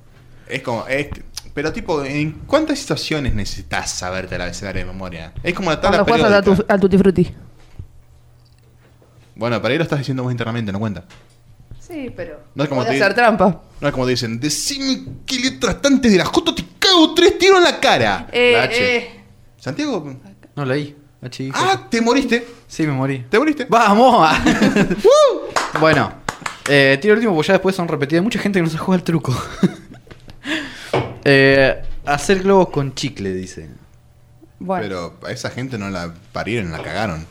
C: Es como. Es, pero, tipo, ¿en cuántas situaciones necesitas saberte el abecedario de memoria? Es como la tabla
D: Cuando juegas al,
C: periódica.
D: tut- al Tutti Frutti.
C: Bueno, para ahí lo estás diciendo vos internamente, no cuenta.
D: Sí, pero.
C: No es como
D: Podés
C: te-
D: hacer trampa.
C: No es como te dicen, decime qué letras están antes de la J, te cago tres tiros en la cara.
D: Eh,
B: La H.
D: eh.
C: Santiago,
B: No, la I. H, I, J.
C: ah, te moriste.
B: Sí, me morí.
C: Te moriste.
B: ¡Vamos! bueno, eh, tiro el último porque ya después son repetidas. Mucha gente que no se juega el truco. Eh, hacer globos con chicle, dice.
D: Bueno.
C: Pero a esa gente no la parieron, la cagaron.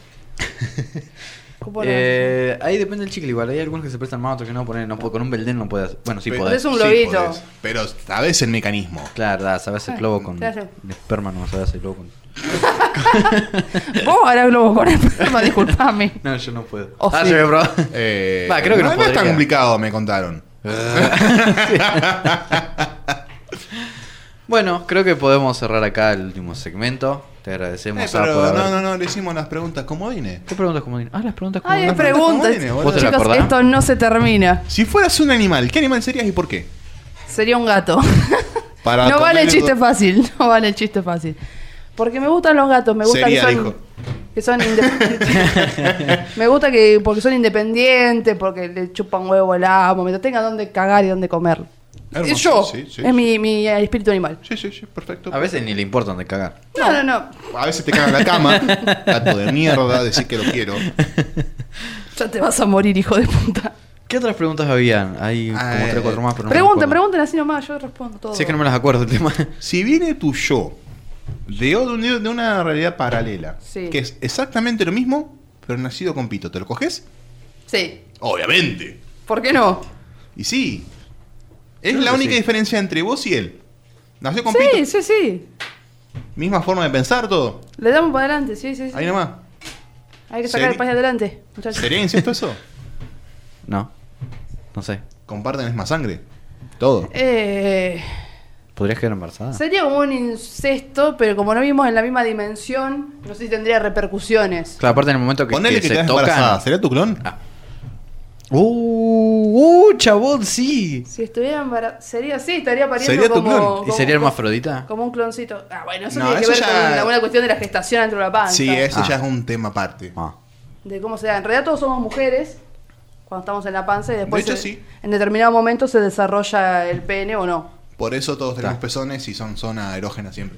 D: ¿cómo no?
B: Eh, ahí depende del chicle, igual. Hay algunos que se prestan más, otros que no. Poner, no puedo- con un belden no puedes. Bueno, sí
C: Pero-
B: podés.
D: un globito.
C: podés. pero sabes el mecanismo.
B: Claro, da, sabes hacer globo con.
D: Ah, Claro.
B: Esperma no sabes hacer globo con.
D: Vos ahora globo con el programa, disculpame.
B: No, yo no puedo.
D: Oh,
B: ah,
D: sí.
B: yo voy a probar.
C: Eh,
B: Va, creo que no
C: no es tan
B: podría.
C: complicado, me contaron.
B: Bueno, creo que podemos cerrar acá el último segmento. Te agradecemos
C: Eh,
B: Sara, por
C: pero
B: haber-
C: no, no, no, le hicimos las preguntas comodines.
B: ¿Qué preguntas como Ah, las preguntas como
D: Ay, es
C: preguntas pre-
D: preguntas.
C: comunes, boludo.
B: ¿Vos te la
D: Chicos,
B: acordás?
D: esto no se termina.
C: Si fueras un animal, ¿qué animal serías y por qué?
D: Eh, Sería un gato.
C: Para
D: no vale el
C: tomar-
D: chiste fácil. No vale el chiste fácil. Porque me gustan los gatos, me gusta
C: Sería,
D: que son.
C: dijo.
D: Que son independientes. me gusta que porque son independientes, porque le chupan huevo el amo, mientras tenga dónde cagar y dónde comer.
C: Hermoso,
D: es yo.
C: sí, sí,
D: es
C: sí.
D: Mi, mi eh, espíritu animal.
C: Sí, sí, sí, perfecto.
B: A veces ni le importan de cagar.
D: No, no, no.
C: A veces te cagan la cama. Gato de mierda, decir que lo quiero.
D: Ya te vas a morir, hijo de puta.
B: ¿Qué otras preguntas habían? Hay como
C: Ah,
B: tres o cuatro más, pero no me
D: Pregunten,
B: acuerdo.
D: pregunten así nomás, yo respondo todo.
B: Si es que no me las acuerdo el tema.
C: Si viene tu yo de, o- de un- de una realidad paralela,
D: Sí.
C: que es exactamente lo mismo, pero nacido con pito, ¿te lo coges?
D: Sí,
C: Obviamente.
D: ¿por qué no?
C: Y sí. Es
B: Claro
C: la
B: que
C: única
B: sí.
C: diferencia entre vos y él. Nació con
D: Sí,
C: pito.
D: sí, sí.
C: Misma forma de pensar todo.
D: Le damos para adelante, sí, sí, sí.
C: Ahí nomás.
D: Hay que sacar
C: Seri-
D: el país adelante, muchachos.
C: ¿Sería incesto eso?
B: No. No sé.
C: Comparten es más sangre. Todo.
D: Eh,
B: ¿Podrías quedar embarazada?
D: sería como un incesto, pero como no vimos en la misma dimensión, no sé si tendría repercusiones.
B: Claro, aparte en el momento que,
C: Ponele
B: que
C: que, te
B: se
C: quedas
B: tocan.
C: embarazada. ¿Sería tu clon?
B: Ah. ¡Uh! ¡Uh, chabón, sí!
D: Si estuviera embarazada, sería así, estaría pariendo
C: Sería tu
D: como,
C: clon.
D: como-
B: ¿Y sería hermafrodita?
D: Como un cloncito. Ah, bueno, eso
C: No,
D: tiene
C: eso
D: que ver
C: ya-
D: con la buena cuestión de la gestación dentro de la panza.
C: sí, eso
B: Ah.
C: ya es un tema aparte.
B: Ah.
D: De cómo se da. En realidad todos somos mujeres cuando estamos en la panza y después
C: De hecho,
D: se-
C: sí.
D: en determinado momento se desarrolla el pene o no.
C: Por eso todos tenemos
B: Ta.
C: pezones y son zona erógena siempre.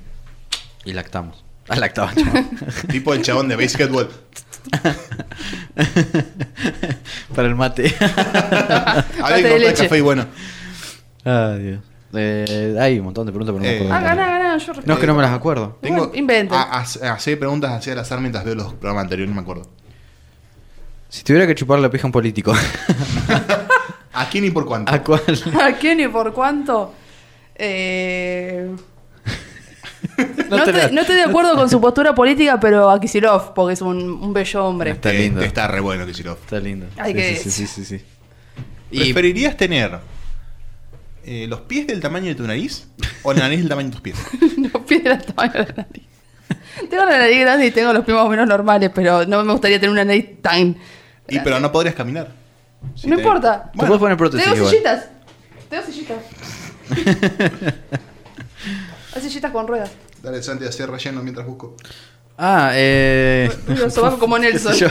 B: Y lactamos. Ah, lactaban, chabón.
C: tipo el chabón de Basketball.
B: Para el mate.
C: Había que
D: Ah, de
C: cortar
D: leche.
C: café y bueno.
B: Ay, Dios. Eh, hay un montón de preguntas, pero no me
C: Eh.
B: acuerdo.
D: Ah,
B: ninguna.
D: ganá, ganá, yo
B: No, es que no me las acuerdo.
C: Tengo
D: Bueno, inventen.
C: a- a- Hacé preguntas hacia al azar mientras veo los programas anteriores, no me acuerdo.
B: Si tuviera que chupar la pija a un político,
C: ¿A quién y por cuánto?
B: ¿a cuál?
D: ¿A quién y Ah, por cuánto? Eh, No,
B: te la-
D: estoy, no estoy de acuerdo con su postura política, pero a Kisilov, porque es un, un bello hombre.
B: Está
C: Eh,
B: lindo.
C: Está re bueno, Kicillof.
B: Está lindo.
D: Hay
B: sí,
D: que-
B: sí, sí, sí, sí, sí. Y
C: ¿Preferirías tener eh, los pies del tamaño de tu nariz o la nariz del tamaño de tus pies?
D: Los pies del tamaño de la nariz. Tengo la nariz grande y tengo los pies más o menos normales, pero no me gustaría tener una nariz tan.
C: Y pero no podrías caminar. Si
D: no
C: te-
D: importa.
B: te puedes poner prótesis
D: Tengo
B: igual.
D: sillitas. Tengo sillitas. Hay sillitas con ruedas.
C: Dale, Santi, hacer relleno mientras busco.
B: Ah, eh...
D: Digo, sobaco como
B: qué sé
D: Nelson.
B: yo.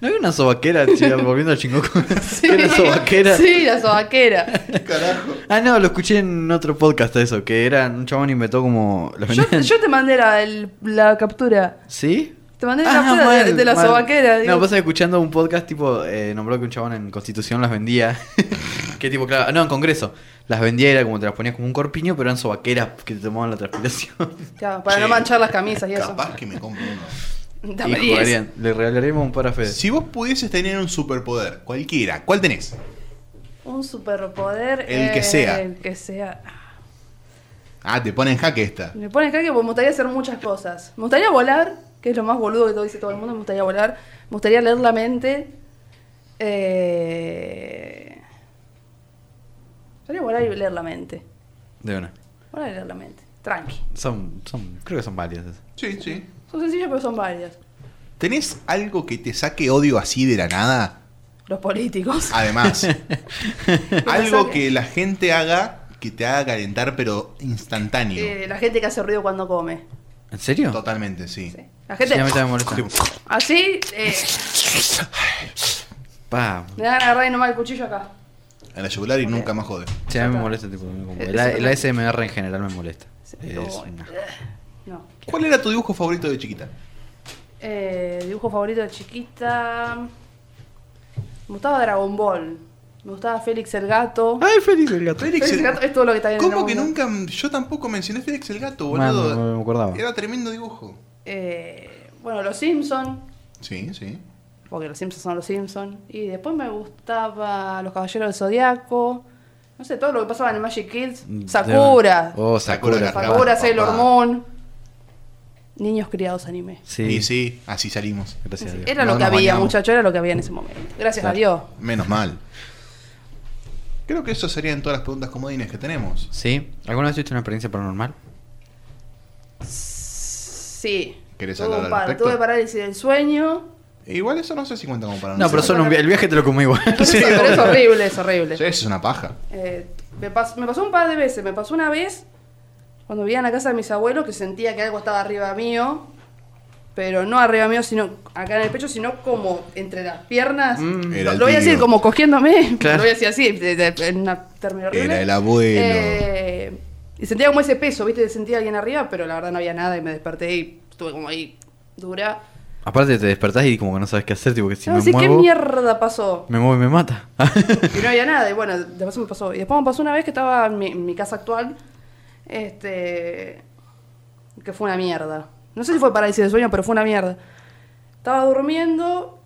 B: ¿No había una sobaquera, chica, volviendo al chingoco?
D: Sí.
B: ¿Era sobaquera?
D: Sí, la sobaquera.
C: Carajo.
B: Ah, no, lo escuché en otro podcast eso, que era... Un chabón inventó como... Los
D: Yo,
B: vendían-
D: yo te mandé la, el- la captura.
B: ¿Sí?
D: Te mandé la captura Ah, de- de, la
B: Ah, mal.
D: sobaquera. digo.
B: No, pasa que escuchando un podcast, tipo, eh, nombró que un chabón en Constitución las vendía. que tipo, claro, no, en Congreso. Las vendía, era como te las ponías como un corpiño, pero eran sobaqueras que te tomaban la transpiración.
D: Claro, para
C: Che,
D: no manchar las camisas y eso.
C: Capaz que me compro uno.
B: y
D: Dame diez.
B: jugarían. Le regalaremos un par a Fede.
C: Si vos pudieses tener un superpoder, cualquiera, ¿cuál tenés?
D: Un superpoder.
C: El que
D: eh,
C: sea.
D: El que sea.
C: Ah, te pone en jaque esta.
D: Me pone acá que me gustaría hacer muchas cosas. Me gustaría volar, que es lo más boludo que todo dice todo el mundo. Me gustaría volar. Me gustaría leer la mente. Eh... Me gustaría volar y leer la mente.
B: De una.
D: Volar y leer la mente. Tranqui.
B: Son, son, creo que son varias. esas.
C: Sí, sí.
D: Son sencillas, pero son varias.
C: ¿Tenés algo que te saque odio así de la nada?
D: Los políticos.
B: Ah,
C: Además, algo
D: saque.
C: que la gente haga que te haga calentar, pero instantáneo.
D: Eh, la gente que hace ruido cuando come.
B: ¿En serio?
C: Totalmente, sí.
D: Sí. La
B: Sí, a
D: gente
B: mí también me molesta.
C: Tipo,
D: así eh,
B: Pa,
D: le dan a agarrar y nomás el cuchillo acá.
C: a la yugular y nunca más jode.
B: sí, a mí me molesta. Tipo, como
D: Eh,
B: el, A-
D: eso
B: el
D: no-
B: ASMR en general me molesta.
D: Sí,
B: Es
D: como-
B: una-
D: No.
C: ¿Cuál era tu dibujo favorito de chiquita?
D: Eh, dibujo favorito de chiquita. Me gustaba Dragon Ball. Me gustaba Félix el gato.
B: ¡Ay, feliz el gato!
C: Ah, Félix
D: Félix el gato es todo lo que está bien en
C: ¿Cómo
D: el
C: que
D: mundo.
C: nunca? Yo tampoco mencioné Félix el gato,
B: Man,
C: boludo.
B: no me acordaba.
C: Era tremendo dibujo.
D: Eh, bueno, los Simpson.
C: Sí, sí.
D: Porque los Simpsons son los Simpsons. Y después me gustaba Los Caballeros del Zodiaco. No sé, todo lo que pasaba en el Magic Kids.
C: Mm,
D: Sakura.
B: Oh, Sakura.
C: Sakura.
D: Sakura,
C: papá.
D: Sailor Moon. Niños criados anime.
B: Sí.
C: Y sí, así salimos.
B: Gracias a Dios.
D: Era
C: No
D: lo que
C: nos
D: había,
C: bañamos.
D: muchachos, era lo que había en ese momento. Gracias a Dios.
C: Menos mal. Creo que eso serían todas las preguntas comodines que tenemos.
B: ¿Sí? ¿Alguna vez tuviste una experiencia paranormal?
D: Sí.
C: ¿Querés
D: Tuve
C: hablar
D: un
C: al
D: par-
C: respecto?
D: Tuve parálisis del sueño.
C: E igual eso no sé si cuenta como para
B: No, pero
C: nosotros.
B: solo un via- el viaje te lo como igual.
D: Pero eso- pero es horrible, es horrible.
C: Sí, eso es una paja.
D: Eh, me, pas- me pasó un par de veces. Me pasó una vez cuando vivía en la casa de mis abuelos que sentía que algo estaba arriba mío. Pero no arriba mío, sino acá en el pecho, sino como entre las piernas.
C: Era
D: lo,
C: el
D: lo voy a
C: tío.
D: decir como cogiéndome.
B: Claro.
D: Lo voy a decir así, de- de- en una término horrible.
C: Era el abuelo.
D: Eh, y sentía como ese peso, ¿viste? Sentía alguien arriba, pero la verdad no había nada y me desperté y estuve como ahí dura.
B: Aparte te despertás y como que no sabes qué hacer, tipo que si
D: Yo
B: me
D: decía, ¿qué
B: muevo,
D: mierda pasó?
B: me muevo y me mata.
D: Y no había nada, y bueno, de paso me pasó. Y después me pasó una vez que estaba en mi, en mi casa actual, este. que fue una mierda. No sé si fue parálisis de sueño, pero fue una mierda. Estaba durmiendo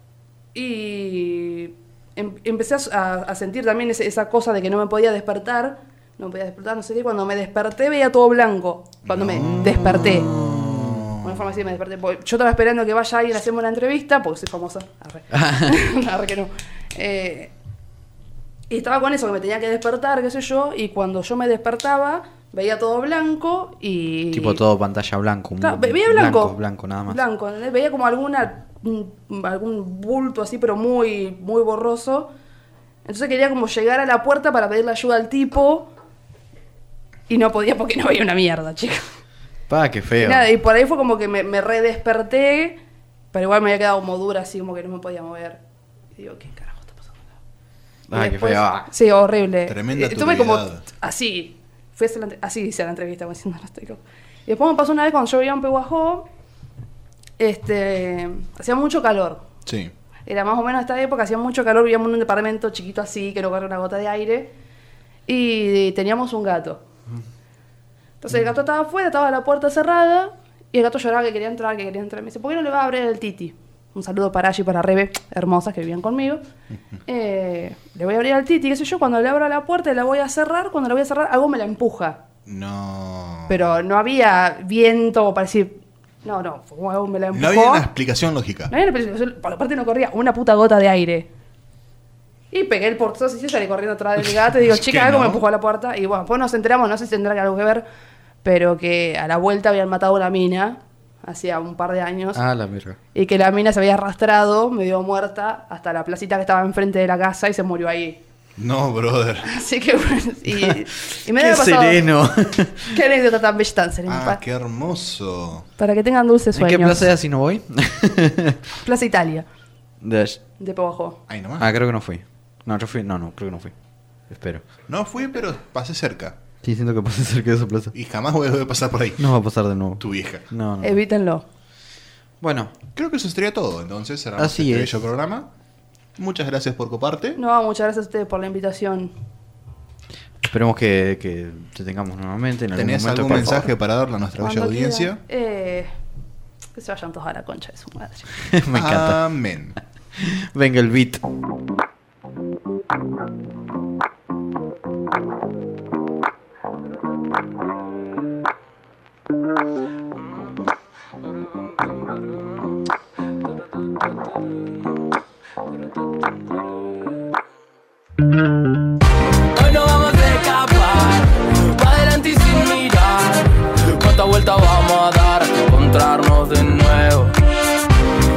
D: y. em- empecé a, a- a sentir también ese- esa cosa de que no me podía despertar. No me podía despertar, no sé qué. Cuando me desperté veía todo blanco. Cuando me desperté. Una forma así me desperté. porque Yo estaba esperando que vaya alguien a hacerme una entrevista, porque soy famosa. Arre. Arre que no. Eh, y estaba con eso, que me tenía que despertar, qué sé yo, y cuando yo me despertaba, veía todo blanco y...
B: tipo todo pantalla blanco. un-
D: Claro, ve- veía blanco.
B: Blanco, blanco, nada más.
D: Blanco, ¿entendés? veía como alguna mm, algún bulto así, pero muy, muy borroso. Entonces quería como llegar a la puerta para pedirle ayuda al tipo. Y no podía porque no veía una mierda, chicos.
B: Pa, qué
D: Y
B: feo.
D: nada, y por ahí fue como que me, me redesperté, pero igual me había quedado como dura, así como que no me podía mover. Y digo, ¿qué carajo está pasando acá? Y
B: Ah, qué feo, ah.
D: Sí, horrible. Eh,
C: Tremenda
D: Tuve como
C: turbidez.
D: así, fui a hacer la entre- así hice la entrevista, como diciendo, no estoy loco. Y después me pasó una vez cuando yo vivía en Pehuajó, este, hacía mucho calor.
C: Sí.
D: Era más o menos esta época, hacía mucho calor, vivíamos en un departamento chiquito así, que no corre una gota de aire. Y teníamos un gato. Entonces el gato estaba afuera, estaba la puerta cerrada, y el gato lloraba que quería entrar, que quería entrar. Me dice, ¿por qué no le va a abrir el Titi? Un saludo para Ashi y para Rebe, hermosas que vivían conmigo. Eh, le voy a abrir al Titi, qué sé yo, cuando le abro la puerta la voy a cerrar, cuando la voy a cerrar algo me la empuja.
C: No.
D: Pero no había viento para decir, no, no, fue como algo me la empujó.
C: no había una explicación lógica.
D: No había una presión, yo- por la parte no corría una puta gota de aire. Y pegué el portazo y yo salí corriendo atrás del gato y digo,
C: Es que
D: chica, algo me
C: no.
D: empujó a la puerta. Y bueno, después nos enteramos, no sé si tendrá algo que ver, pero que a la vuelta habían matado a una mina hacía un par de años
B: Ah, la mierda.
D: y que la mina se había arrastrado, medio muerta, hasta la placita que estaba enfrente de la casa y se murió ahí.
C: No, brother.
D: Así que bueno, y, y me
B: Qué
D: había pasado.
B: sereno.
D: Qué anécdota tan bella, tan serena,
C: Ah,
D: pa-
C: qué hermoso.
D: Para que tengan dulces
B: ¿En
D: sueños.
B: qué plaza era si no voy?
D: Plaza Italia,
B: Dash.
D: de Pobajó.
C: Ahí nomás.
B: Ah, creo que no fui. No, yo fui. No, no, creo que no fui. Espero.
C: No fui, pero pasé cerca.
B: Sí, siento que pasé cerca de esa plaza.
C: Y jamás voy a dejar pasar por ahí.
B: No va a pasar de nuevo.
C: Tu vieja.
B: No, no.
D: Evítenlo.
B: Bueno,
C: Creo que eso sería todo. Entonces cerramos
B: Así
C: este
B: es.
C: bello programa. Muchas gracias por coparte.
D: No, muchas gracias a ustedes por la invitación.
B: esperemos que, que te tengamos nuevamente en algún
C: ¿Tenés
B: momento.
C: algún
B: por
C: mensaje para darle a nuestra bella
D: Cuando quieran.
C: audiencia?
D: Eh, que se vayan todos a la concha de su madre.
B: favor. Me
C: Ah.
B: encanta.
C: Amén.
B: Venga el beat.
E: Hoy no vamos a escapar, pa' adelante y sin mirar. Cuánta vuelta vamos a dar, encontrarnos de nuevo.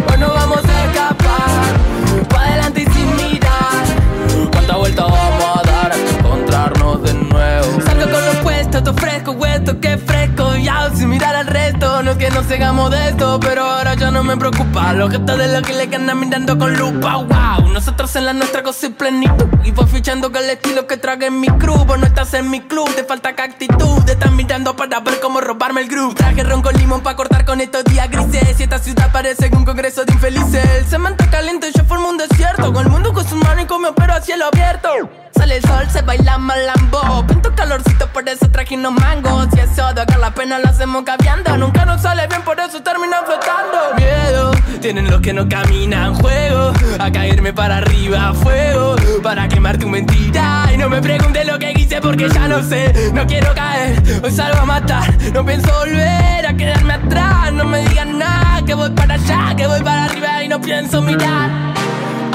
E: Hoy no vamos a escapar, pa' adelante y sin mirar. Cuánta vuelta vamos a dar, encontrarnos de nuevo. Salgo con lo puesto, te ofrezco huesto, que fresco. Ya sin mirar al resto, no es que no seamos de esto, pero ahora ya no me preocupa. Los gestos de los que le andan mirando con lupa, wow. Nosotros en la nuestra cosa y plenitud. Y voy fichando que el estilo que traga en mi crew. Vos no estás en mi club, te falta que actitud. Te están mirando para ver cómo robarme el grupo. Traje ron con limón para cortar con estos días grises. Y esta ciudad parece un congreso de infelices. El cemento caliente, yo formo un desierto. Con el mundo con sus manos y con mi opero a cielo abierto. Sale el sol, se baila malambo. Pinto calorcito, por eso traje unos mangos. Y eso de acá la pena lo hacemos caviando. Nunca nos sale bien, por eso terminan flotando. Miedo, tienen los que no caminan. Juego, a caerme para arriba. Fuego, para quemar tu mentira. Y no me preguntes lo que hice porque ya no sé. No quiero caer, hoy salgo a matar. No pienso volver a quedarme atrás. No me digan nada, que voy para allá, que voy para arriba y no pienso mirar.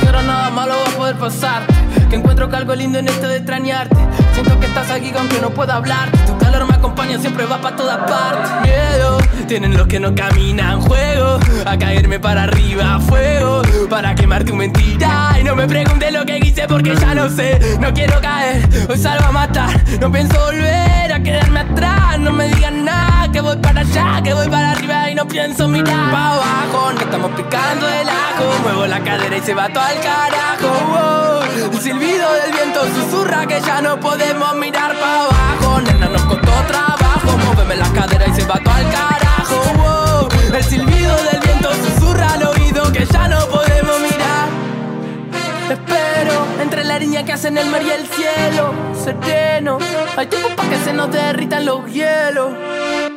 E: Que ahora nada malo va a poder pasar Que encuentro que algo lindo en esto de extrañarte Siento que estás aquí aunque no pueda hablar Tu calor me acompaña acompañan, siempre va para todas partes. Miedo, tienen los que no caminan, juego. A caerme para arriba, fuego. Para quemar tu mentira. Y no me preguntes lo que quise porque ya lo sé. No quiero caer, hoy salgo a matar. No pienso volver a quedarme atrás. No me digan nada, que voy para allá, que voy para arriba y no pienso mirar para abajo. No estamos picando el ajo. Muevo la cadera y se va todo al carajo. wow. El silbido del viento susurra que ya no podemos mirar para abajo. Nena, nos costó trabajo. Móveme las caderas y se va todo al carajo. wow. El silbido del viento susurra al oído que ya no podemos mirar. Espero entre la línea que hacen el mar y el cielo sereno. Hay tiempo para que se nos derritan los hielos.